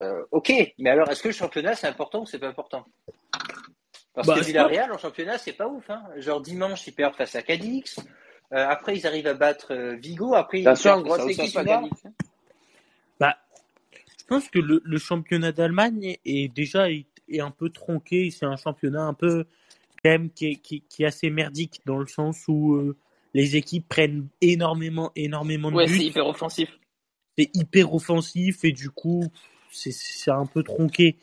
S1: Euh, ok, mais alors, est-ce que le championnat, c'est important ou c'est pas important Parce
S2: Bah,
S1: que
S2: je
S1: Villarreal, en championnat, c'est pas ouf. Hein. Genre, dimanche, ils perdent face à Cadix. Euh, après, ils arrivent à battre euh, Vigo. Après, ils
S3: T'as sûr,
S1: perdent face
S3: grosse
S1: à
S3: équipe à
S1: Osasuna.
S3: Cadix. hein.
S2: Bah, je pense que le, le championnat d'Allemagne est, est déjà est, est un peu tronqué. C'est un championnat un peu quand même qui est, qui, qui est assez merdique dans le sens où euh, les équipes prennent énormément, énormément de
S4: Ouais, c'est
S2: buts.
S4: hyper offensif.
S2: C'est hyper offensif et du coup, c'est- c'est un peu tronqué.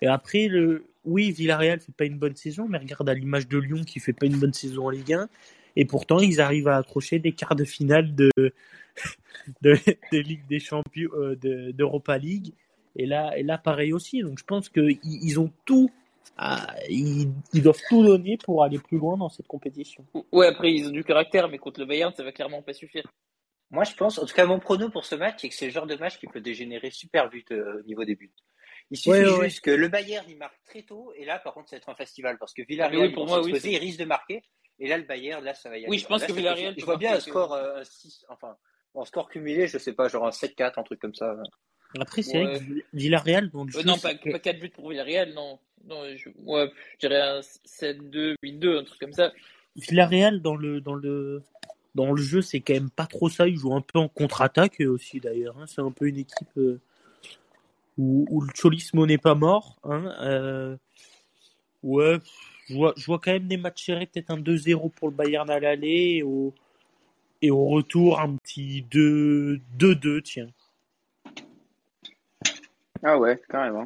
S2: Et après, le, oui, Villarreal fait pas une bonne saison, mais regarde à l'image de Lyon qui fait pas une bonne saison en Ligue 1. Et pourtant, ils arrivent à accrocher des quarts de finale de, de, de Ligue des Champions, euh, de- d'Europa League. Et là, et là, pareil aussi. Donc, je pense qu'ils ils ont tout, à- ils, ils doivent tout donner pour aller plus loin dans cette compétition.
S4: Ouais, après, ils ont du caractère, mais contre le Bayern, ça va clairement pas suffire.
S1: Moi, je pense, en tout cas, mon prono pour ce match, c'est que c'est le genre de match qui peut dégénérer super vite euh, au niveau des buts. Il suffit
S2: Ouais, ouais, ouais.
S1: juste que le Bayern, il marque très tôt, et là, par contre, ça va être un festival, parce que
S4: Ah, mais
S1: Villarreal,
S4: oui,
S1: ils
S4: pour
S1: vont
S4: moi, oui.
S1: s'exposer,
S4: c'est-
S1: ils risquent de marquer, et là, le Bayern, là, ça va y aller.
S4: Oui, je pense
S1: Là,
S4: que
S1: ça peut-
S4: Villarreal
S1: Je
S4: peut
S1: vois bien un
S4: marquer,
S1: score, euh, un 6, enfin, en score cumulé, je sais pas, genre un 7-4, un truc comme ça.
S2: Après, c'est vrai
S4: Ouais.
S2: que Vill- Villarreal, dans le
S4: Euh,
S2: jeu,
S4: non,
S2: ça
S4: pas,
S2: fait-
S4: pas 4 buts pour Villarreal, non. non je, ouais, je dirais un 7-2, 8-2, un truc comme ça.
S2: Villarreal, dans le, dans le, dans le jeu, c'est quand même pas trop ça. Ils jouent un peu en contre-attaque euh, aussi, d'ailleurs. hein. C'est un peu une équipe euh, où, où le cholisme n'est pas mort. Hein. Euh, ouais, pff, je vois, je vois quand même des matchs serrés, peut-être un 2-0 pour le Bayern à l'aller. Et au, et au retour, un petit 2 2-2, tiens.
S3: Ah ouais, carrément.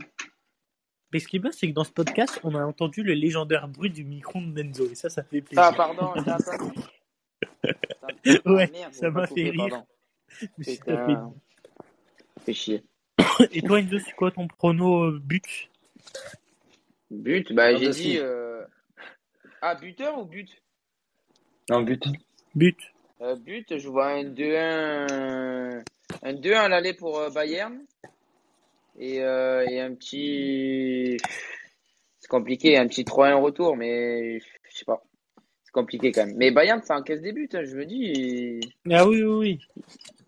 S2: Mais ce qui est bien, c'est que dans ce podcast, on a entendu le légendaire bruit du micro de Nenzo. Et ça, ça fait plaisir.
S3: Ah, pardon, j'ai entendu. Ah,
S2: Ouais, ça
S3: merde, j'ai pas
S2: m'a
S3: coupé,
S2: fait rire.
S3: pardon.
S2: Mais ça fait
S3: Putain, fait chier.
S2: plaisir. Et toi, Enzo, c'est quoi ton prono euh, but
S3: But, bah, j'ai
S1: Lewandowski.
S3: dit. euh, Ah, buteur ou but
S1: Un but.
S2: But
S3: Euh, But, je vois un 2-1. Un 2-1 à l'aller pour euh, Bayern. Et, euh, et un petit. C'est compliqué, un petit 3-1 retour, mais je sais pas. C'est compliqué quand même. Mais Bayern, ça encaisse des buts, hein, je me dis. Ils,
S2: Ah oui, oui,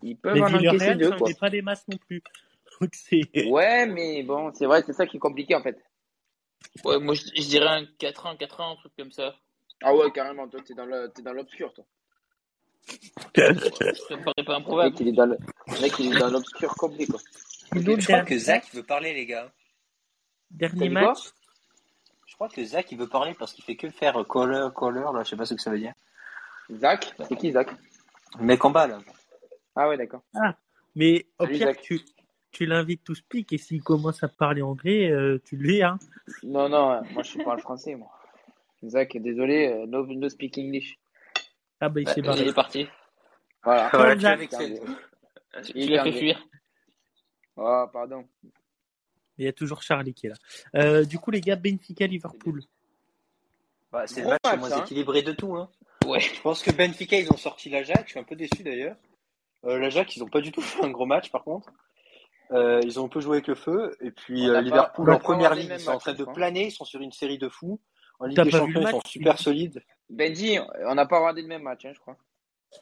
S3: ils
S2: oui.
S3: peuvent
S2: Mais
S3: en encaisser
S2: Villarreal,
S3: deux,
S2: ça en
S3: quoi.
S2: fait pas des masses non plus. Donc c'est.
S3: Ouais, mais bon, c'est vrai, c'est ça qui est compliqué en fait.
S4: Ouais, moi, je, je dirais un 4-1, 4-1, un truc comme ça.
S3: Ah ouais, carrément, toi, t'es dans le- t'es dans l'obscur, toi.
S4: Ça me paraît
S3: Le
S4: pas
S3: mec,
S4: improbable.
S3: il est dans le- le mec, il est dans l'obscur complet, quoi.
S2: Sinon,
S1: Je crois que
S2: dernier-
S1: Zach veut parler, les gars.
S3: T'as
S2: Dernier
S3: dit quoi
S2: match.
S1: Je crois que Zach, il veut parler parce qu'il fait que faire euh, caller, caller, là. Je sais pas ce que ça veut dire.
S3: Zach C'est qui, Zach
S1: Le Mec en bas, là.
S3: Ah ouais, d'accord.
S2: Mais au
S3: Salut,
S2: pire,
S3: Zach.
S2: tu, tu l'invites tout speak et s'il commence à parler anglais, euh, tu le hein.
S3: Non, non, euh, moi, je parle français, moi. Zach, désolé, euh, no, no speak English.
S2: Ah bah il
S4: Bah,
S2: s'est
S4: il
S2: barré.
S4: est parti.
S3: Voilà.
S1: Voilà, tu
S2: Zach.
S1: l'as
S3: Il est
S1: vexé.
S3: terminé.
S4: Tu,
S3: Il
S4: tu
S3: est
S4: l'as fait
S3: terminé.
S4: fuir.
S3: Oh, pardon.
S2: Il y a toujours Charlie qui est là. Euh, du coup, les gars, Benfica, Liverpool.
S1: Bah, c'est le
S3: Gros
S1: match le
S3: match,
S1: moins
S3: hein.
S1: équilibré de tout. Hein.
S4: Ouais.
S1: Je pense que Benfica, ils ont sorti l'Ajax. Je suis un peu déçu d'ailleurs. Euh, L'Ajax, ils ont pas du tout fait un gros match par contre. Euh, ils ont un peu joué avec le feu. Et
S3: On
S1: puis
S3: n'a
S1: euh,
S3: pas- on
S1: Liverpool
S3: n'a
S1: en
S3: pas
S1: première
S3: regardé le
S1: ligue, ils
S3: même
S1: sont en
S3: match,
S1: train
S3: je
S1: de
S3: crois.
S1: planer. Ils sont sur une série de fous. En Ligue
S2: T'as
S1: des
S2: pas vu
S1: Champions,
S2: le
S1: ils
S2: match
S1: sont super solides.
S3: Benji, on n'a pas regardé le même match, hein, je crois.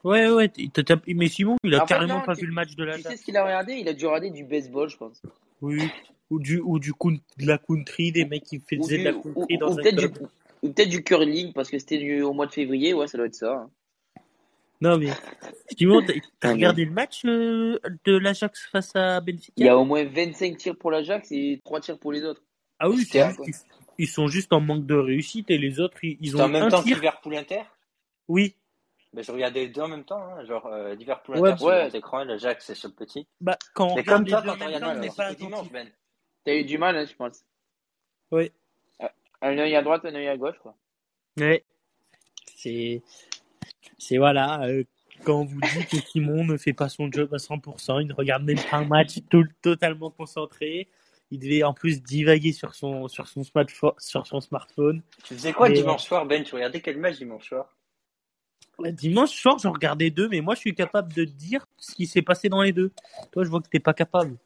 S2: Ouais, ouais. t- t'as- t'as- Mais Simon, il a
S3: En fait,
S2: carrément
S3: non,
S2: pas vu le match de la
S3: Ah, Tu sais ce qu'il a regardé Il a dû regarder du baseball, je pense.
S2: Oui. Ou du, ou du coun- de la country, des mecs qui
S3: Ou,
S2: faisaient de
S3: du,
S2: la
S3: ou,
S2: country
S3: ou- ou
S2: dans un
S3: peut-être du,
S2: club.
S3: ou peut-être du curling, parce que c'était du- au mois de février, ouais, ça doit être ça. hein.
S2: Non, mais Simon, t'as t'as
S1: Ah,
S2: regardé le match euh, de l'Ajax face à
S3: Il y
S2: Benfica
S3: a au moins 25 tirs pour l'Ajax et 3 tirs pour les autres.
S2: Ah oui, ils
S1: C'était
S2: sont,
S1: un-
S2: juste, ils, ils sont juste en manque de réussite et les autres, ils, ils
S1: c'était en
S2: ont
S1: même
S2: un
S1: temps que
S2: tir.
S1: Liverpool-Inter.
S2: Oui.
S1: Mais je regardais les deux en même temps. hein. Genre, euh,
S2: Ouais,
S1: Liverpool-Inter sur le
S3: Ouais,
S1: grand écran et l'Ajax, c'est sur le petit.
S2: Bah, quand on
S1: Mais
S2: regarde
S1: comme
S2: les
S1: toi,
S2: deux en
S1: quand tu
S2: même
S1: regardes
S2: temps,
S1: pas
S2: on
S1: le
S2: n'est
S1: foot
S2: pas
S1: le dimanche,
S2: attentif.
S1: Ben.
S3: T'as eu du mal, hein, je pense. Euh,
S2: Ouais.
S3: Un œil à droite, un œil à gauche, quoi.
S2: Ouais. C'est, c'est voilà. euh, quand vous dites que Simon ne fait pas son job à 100%, il ne regarde même pas un match tout- totalement concentré. Il devait en plus divaguer sur son, sur son, smartphone, sur son smartphone.
S1: Tu faisais quoi
S2: Mais euh,
S1: dimanche soir, Ben Tu regardais quel match dimanche soir
S2: ouais, Bah, dimanche soir, j'en regardais deux, mais moi, je suis capable de te dire ce qui s'est passé dans les deux. Toi, je vois que t'es pas capable.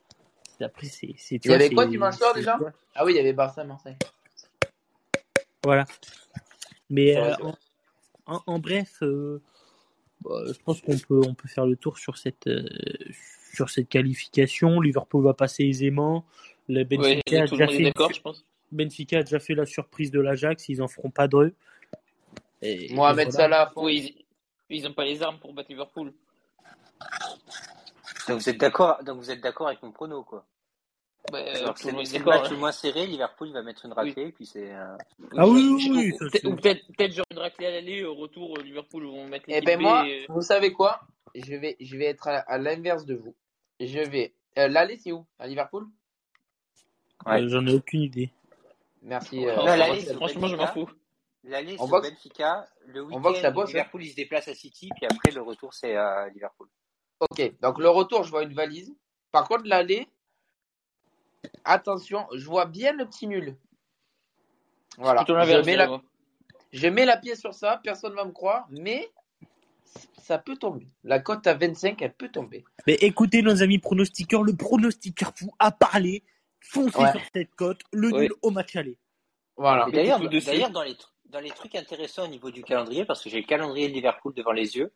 S2: Après, c'est, c'est, tu
S3: Il y
S2: vois,
S3: avait
S2: c'est,
S3: quoi dimanche soir
S2: c'est-
S3: déjà Ah oui, il y avait Barça-Marseille.
S2: voilà. Mais
S3: C'est vrai,
S2: euh,
S3: c'est vrai.
S2: en, en- en bref, euh, Bah, je pense qu'on peut, on peut faire le tour sur cette, euh, sur cette qualification. Liverpool va passer aisément. Le
S4: Ouais,
S2: Benfica a
S4: tout
S2: déjà
S4: le monde est
S2: fait, une
S4: d'accord,
S2: su-
S4: je pense.
S2: Benfica a déjà fait la surprise de l'Ajax. Ils en feront pas deux. Euh, Et, et
S3: Mohamed
S2: voilà.
S3: Salah à fond.
S4: Oui, ils, ils ont pas les armes pour battre Liverpool.
S1: Donc vous êtes d'accord Donc vous êtes d'accord avec mon prono, quoi.
S4: Bah, euh,
S1: Alors
S4: tout
S1: c'est
S4: le
S1: le,
S4: monde est
S1: c'est le
S4: d'accord,
S3: hein.
S1: match le
S4: là.
S1: moins serré, Liverpool il va mettre une
S4: Oui.
S1: raclée, et puis c'est... euh,
S2: Ah oui,
S4: Oui, je-
S2: oui,
S4: je-
S2: oui,
S4: ou
S2: ça,
S4: peut-être
S2: c'est-
S4: ou peut-être peut-être genre une raclée à l'aller, au retour euh, Liverpool vont mettre
S3: Eh
S4: l'équipe
S3: ben
S4: B.
S3: moi,
S4: euh,
S3: vous savez quoi je vais, je vais être à, à l'inverse de vous. Je vais. euh, L'aller, c'est où À Liverpool
S1: Ouais.
S2: euh, j'en ai aucune idée.
S3: Merci.
S4: ouais,
S3: euh,
S1: Non,
S4: enfin,
S1: l'aller
S4: moi,
S1: c'est
S3: Marcel.
S1: au
S4: franchement, je m'en
S1: Benfica,
S4: fous.
S1: l'aller
S3: on
S1: c'est au
S3: voit que,
S1: Benfica, le
S3: on voit que
S1: week-end
S3: ça bosse. hein.
S1: Liverpool il se déplace à City, puis après le retour c'est à Liverpool.
S3: Ok, donc le retour, je vois une valise. Par contre, l'aller, attention, je vois bien le petit nul.
S4: C'est
S3: Voilà,
S4: plutôt
S3: je
S4: l'inverse, euh,
S3: mets
S4: là,
S3: la,
S4: moi.
S3: je mets la pièce sur ça, personne ne va me croire, mais ça peut tomber. La cote à 25, elle peut tomber.
S2: Mais écoutez, nos amis pronostiqueurs, le pronostiqueur fou a parlé. Foncez
S3: Ouais,
S2: sur cette cote. Le
S4: Oui.
S2: nul au match aller.
S3: voilà.
S1: Et
S4: Mettez
S1: d'ailleurs,
S4: tout dessus.
S1: d'ailleurs dans, les, tr- dans les trucs intéressants au niveau du calendrier, parce que j'ai le calendrier de Liverpool devant les yeux,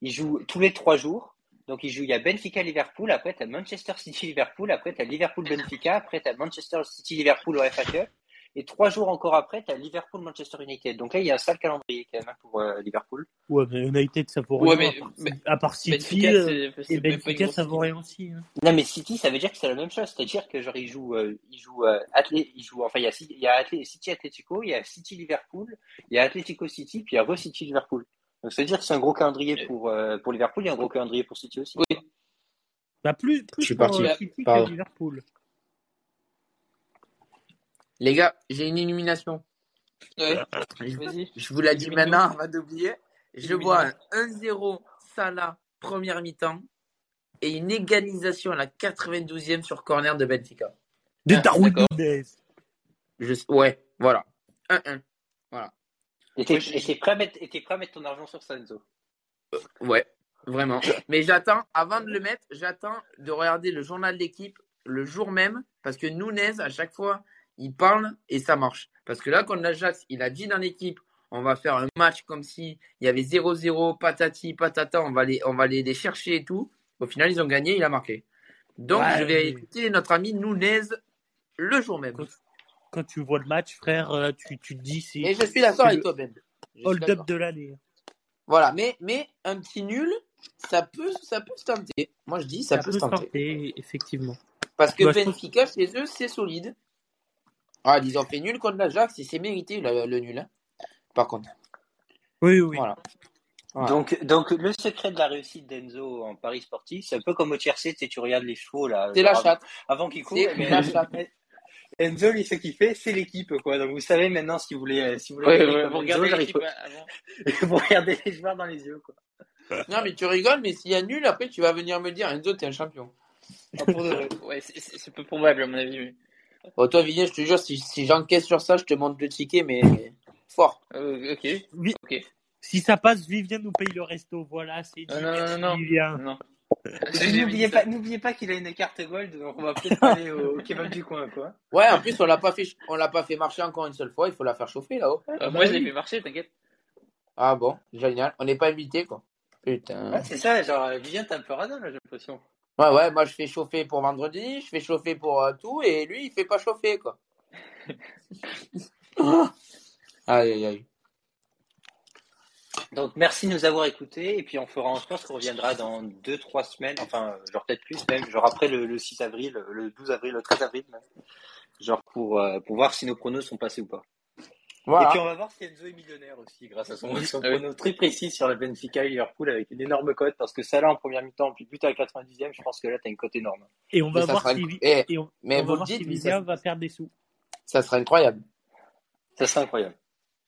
S1: ils jouent tous les trois jours, donc ils jouent, il y a Benfica-Liverpool, après t'as Manchester City-Liverpool, après t'as Liverpool-Benfica, après t'as Manchester City-Liverpool au FA Cup, et trois jours encore après t'as Liverpool-Manchester United. Donc là, il y a un sale calendrier quand même hein, pour euh, Liverpool.
S2: Ouais, mais United, ça vaut
S4: Ouais,
S2: rien. À
S4: mais,
S2: part,
S4: mais
S2: à part City
S4: Benfica,
S2: euh,
S4: c'est
S2: et
S4: c'est même pas une
S2: Benfica,
S4: grosse
S2: ça vaut
S4: équipe.
S2: rien aussi. hein.
S1: Non, mais City, ça veut dire que c'est la même chose. C'est-à-dire que genre, ils jouent, euh, ils jouent, euh, Atlé- ils jouent, enfin, il y a, Ci- il y a Atlé- City Atletico, il y a City Liverpool, il y a Atletico City, puis il y a re City Liverpool. Donc, c'est-à-dire que c'est un gros calendrier
S4: Euh,
S1: pour, euh, pour Liverpool, il y a un gros calendrier pour City aussi.
S4: Oui,
S1: quoi.
S2: Bah, plus,
S3: Je
S2: plus
S3: suis
S2: pour euh,
S3: parti.
S4: bah,
S2: City que
S3: Pardon.
S2: Liverpool.
S3: Les gars, j'ai une illumination.
S4: Ouais,
S3: Je,
S4: vas-y.
S3: je vous la dis
S4: Illumine-nous.
S3: maintenant avant d'oublier. Je
S4: Illumine-nous.
S3: vois un 1-0 Salah première mi-temps et une égalisation à la 92e sur corner de Benfica.
S2: De
S4: Ah,
S2: Darwin
S4: d'accord.
S2: Nunez.
S3: Je... Ouais, voilà. 1-1.
S1: Et t'es
S4: Ouais, je-
S1: et t'es prêt, à mettre- et t'es prêt à mettre ton argent sur Sanzo
S3: Ouais, vraiment. Mais j'attends, avant de le mettre, j'attends de regarder le journal d'équipe le jour même, parce que Nunez, à chaque fois, il parle et ça marche. Parce que là, contre l'Ajax, il a dit dans l'équipe, on va faire un match comme si il y avait 0-0, patati, patata, on va, les, on va les, les chercher et tout. Au final, ils ont gagné, il a marqué. Donc,
S2: Ouais,
S3: je vais
S2: mais-
S3: écouter notre ami Nunez le jour même.
S2: Quand, quand tu vois le match, frère, euh, tu, tu te dis c'est
S3: Et je suis d'accord
S2: c'est
S3: avec
S2: le
S3: toi, Ben. Je suis
S2: hold-up
S3: d'accord.
S2: de l'année.
S3: Voilà, mais, mais un petit nul, ça peut, ça peut se tenter. Moi, je dis, ça, peut se tenter.
S2: tenter, effectivement.
S3: Parce que
S2: Bah, je pense-
S3: Benfica, chez eux, c'est solide. Ah, ils ont fait nul contre l'Ajax et c'est mérité le, le nul. hein. Par contre,
S2: Oui, oui.
S3: voilà. Ouais.
S1: Donc, donc, le secret de la réussite d'Enzo en Paris sportif, c'est un peu comme au tiercé, tu sais, tu regardes les chevaux, là,
S3: C'est
S1: genre
S3: la
S1: avant,
S3: chatte.
S1: avant qu'ils courent,
S3: C'est
S1: eh ben,
S3: la chatte.
S1: Enzo, lui, ce qu'il fait, c'est l'équipe, quoi. Donc, vous savez maintenant, si vous voulez, euh, si vous voulez
S4: Ouais,
S1: gagner
S4: ouais,
S1: comme
S4: vous
S1: Enzo,
S4: regardez
S1: genre, il
S4: l'équipe
S1: faut,
S4: avant.
S1: vous regardez les joueurs dans les yeux, quoi.
S3: Non, mais tu rigoles, mais s'il y a nul, après, tu vas venir me dire Enzo, t'es un champion.
S4: Ah, pour de vrai. Ouais, c'est- c'est c'est peu probable à mon avis. Mais...
S3: Bon, Oh, toi, Villiers, je te jure, si, si j'encaisse sur ça, je te montre le ticket, mais fort.
S4: Euh, ok,
S2: Vi-
S4: ok.
S2: Si ça passe, Vivien nous paye le resto. Voilà, c'est dit.
S4: Ah, non, non,
S2: Merci,
S4: non,
S2: Vivien.
S4: non.
S1: Et puis, n'oubliez pas, n'oubliez pas qu'il a une carte gold, donc on va peut-être pas aller au, au kebab du coin, quoi.
S3: Ouais, en plus, on l'a pas fait, on l'a pas fait marcher encore une seule fois. Il faut la faire chauffer là-haut.
S4: Euh, moi, je l'ai fait marcher, t'inquiète.
S3: Ah bon, génial. On n'est pas invité, quoi. Putain.
S1: Ouais, c'est ça, genre, euh, Vivien, t'es un peu radin, là, j'ai l'impression.
S3: Ouais, ouais, moi je fais chauffer pour vendredi, je fais chauffer pour euh, tout, et lui il fait pas chauffer quoi. Ah. aïe aïe aïe.
S1: Donc, merci de nous avoir écoutés, et puis on fera, je pense qu'on reviendra dans deux, trois semaines, enfin, euh, genre, peut-être plus, même, genre, après le, le 6 avril, le 12 avril, le 13 avril, même. Genre, pour, euh, pour voir si nos pronos sont passés ou pas. Et puis
S3: Voilà.
S1: on va voir si Enzo est millionnaire aussi, grâce à son, son
S4: Ah oui.
S1: prono très précis sur la Benfica et Liverpool avec une énorme cote, parce que ça là en première mi-temps, puis but à la 90e, je pense que là t'as une cote énorme.
S2: Et on
S3: Mais
S2: va
S3: ça
S2: voir
S3: sera.
S2: si, Vi-
S3: eh,
S2: et on,
S3: mais
S2: on
S3: vous
S2: va
S3: le
S2: voir si
S3: dites, mais ça,
S2: Vivien va perdre des sous.
S3: ça sera incroyable.
S1: Ça serait incroyable.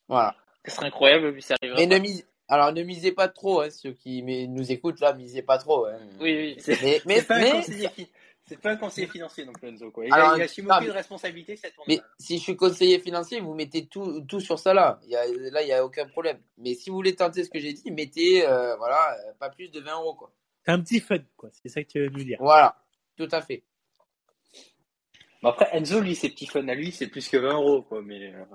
S3: Voilà.
S4: Ce serait incroyable, puis ça arrivera
S3: Mais ne
S4: pas.
S3: misez. Alors ne misez pas trop, hein, ceux qui mais, nous écoutent là, misez pas trop. hein.
S4: Oui, oui.
S1: C'est
S3: Mais, mais,
S1: c'est pas, un
S3: mais,
S1: conseiller fi- c'est pas un conseiller financier donc Enzo. Quoi. Il, a-
S3: alors,
S1: il assume
S3: non,
S1: aucune
S3: mais,
S1: responsabilité, ça tourne
S3: mais
S1: mal.
S3: si je suis conseiller financier, vous mettez tout, tout sur ça là. Il y a- là, il n'y a aucun problème. Mais si vous voulez tenter ce que j'ai dit, mettez euh, voilà, euh, pas plus de 20 euros quoi.
S2: C'est un petit fun, quoi. C'est ça que tu veux nous dire.
S3: Voilà, tout à fait.
S1: Bon, après Enzo, lui, ses petits fun à lui, c'est plus que 20 euros. Quoi, mais, euh,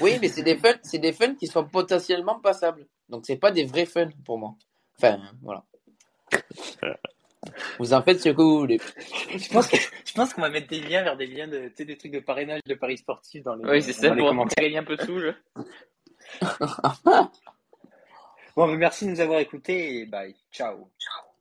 S3: Oui, mais c'est des fun, c'est des fun qui sont potentiellement passables. Donc c'est pas des vrais fun pour moi. Enfin, voilà. Vous en faites ce que vous voulez.
S1: je pense que- je pense qu'on va mettre des liens vers des liens de tu sais, des trucs de parrainage de Paris sportif dans les,
S4: Oui, c'est
S1: dans
S4: ça,
S1: les
S4: pour
S1: commentaires.
S4: gagner un peu de sous. je-
S1: Bon, mais merci de nous avoir écoutés et bye. Ciao.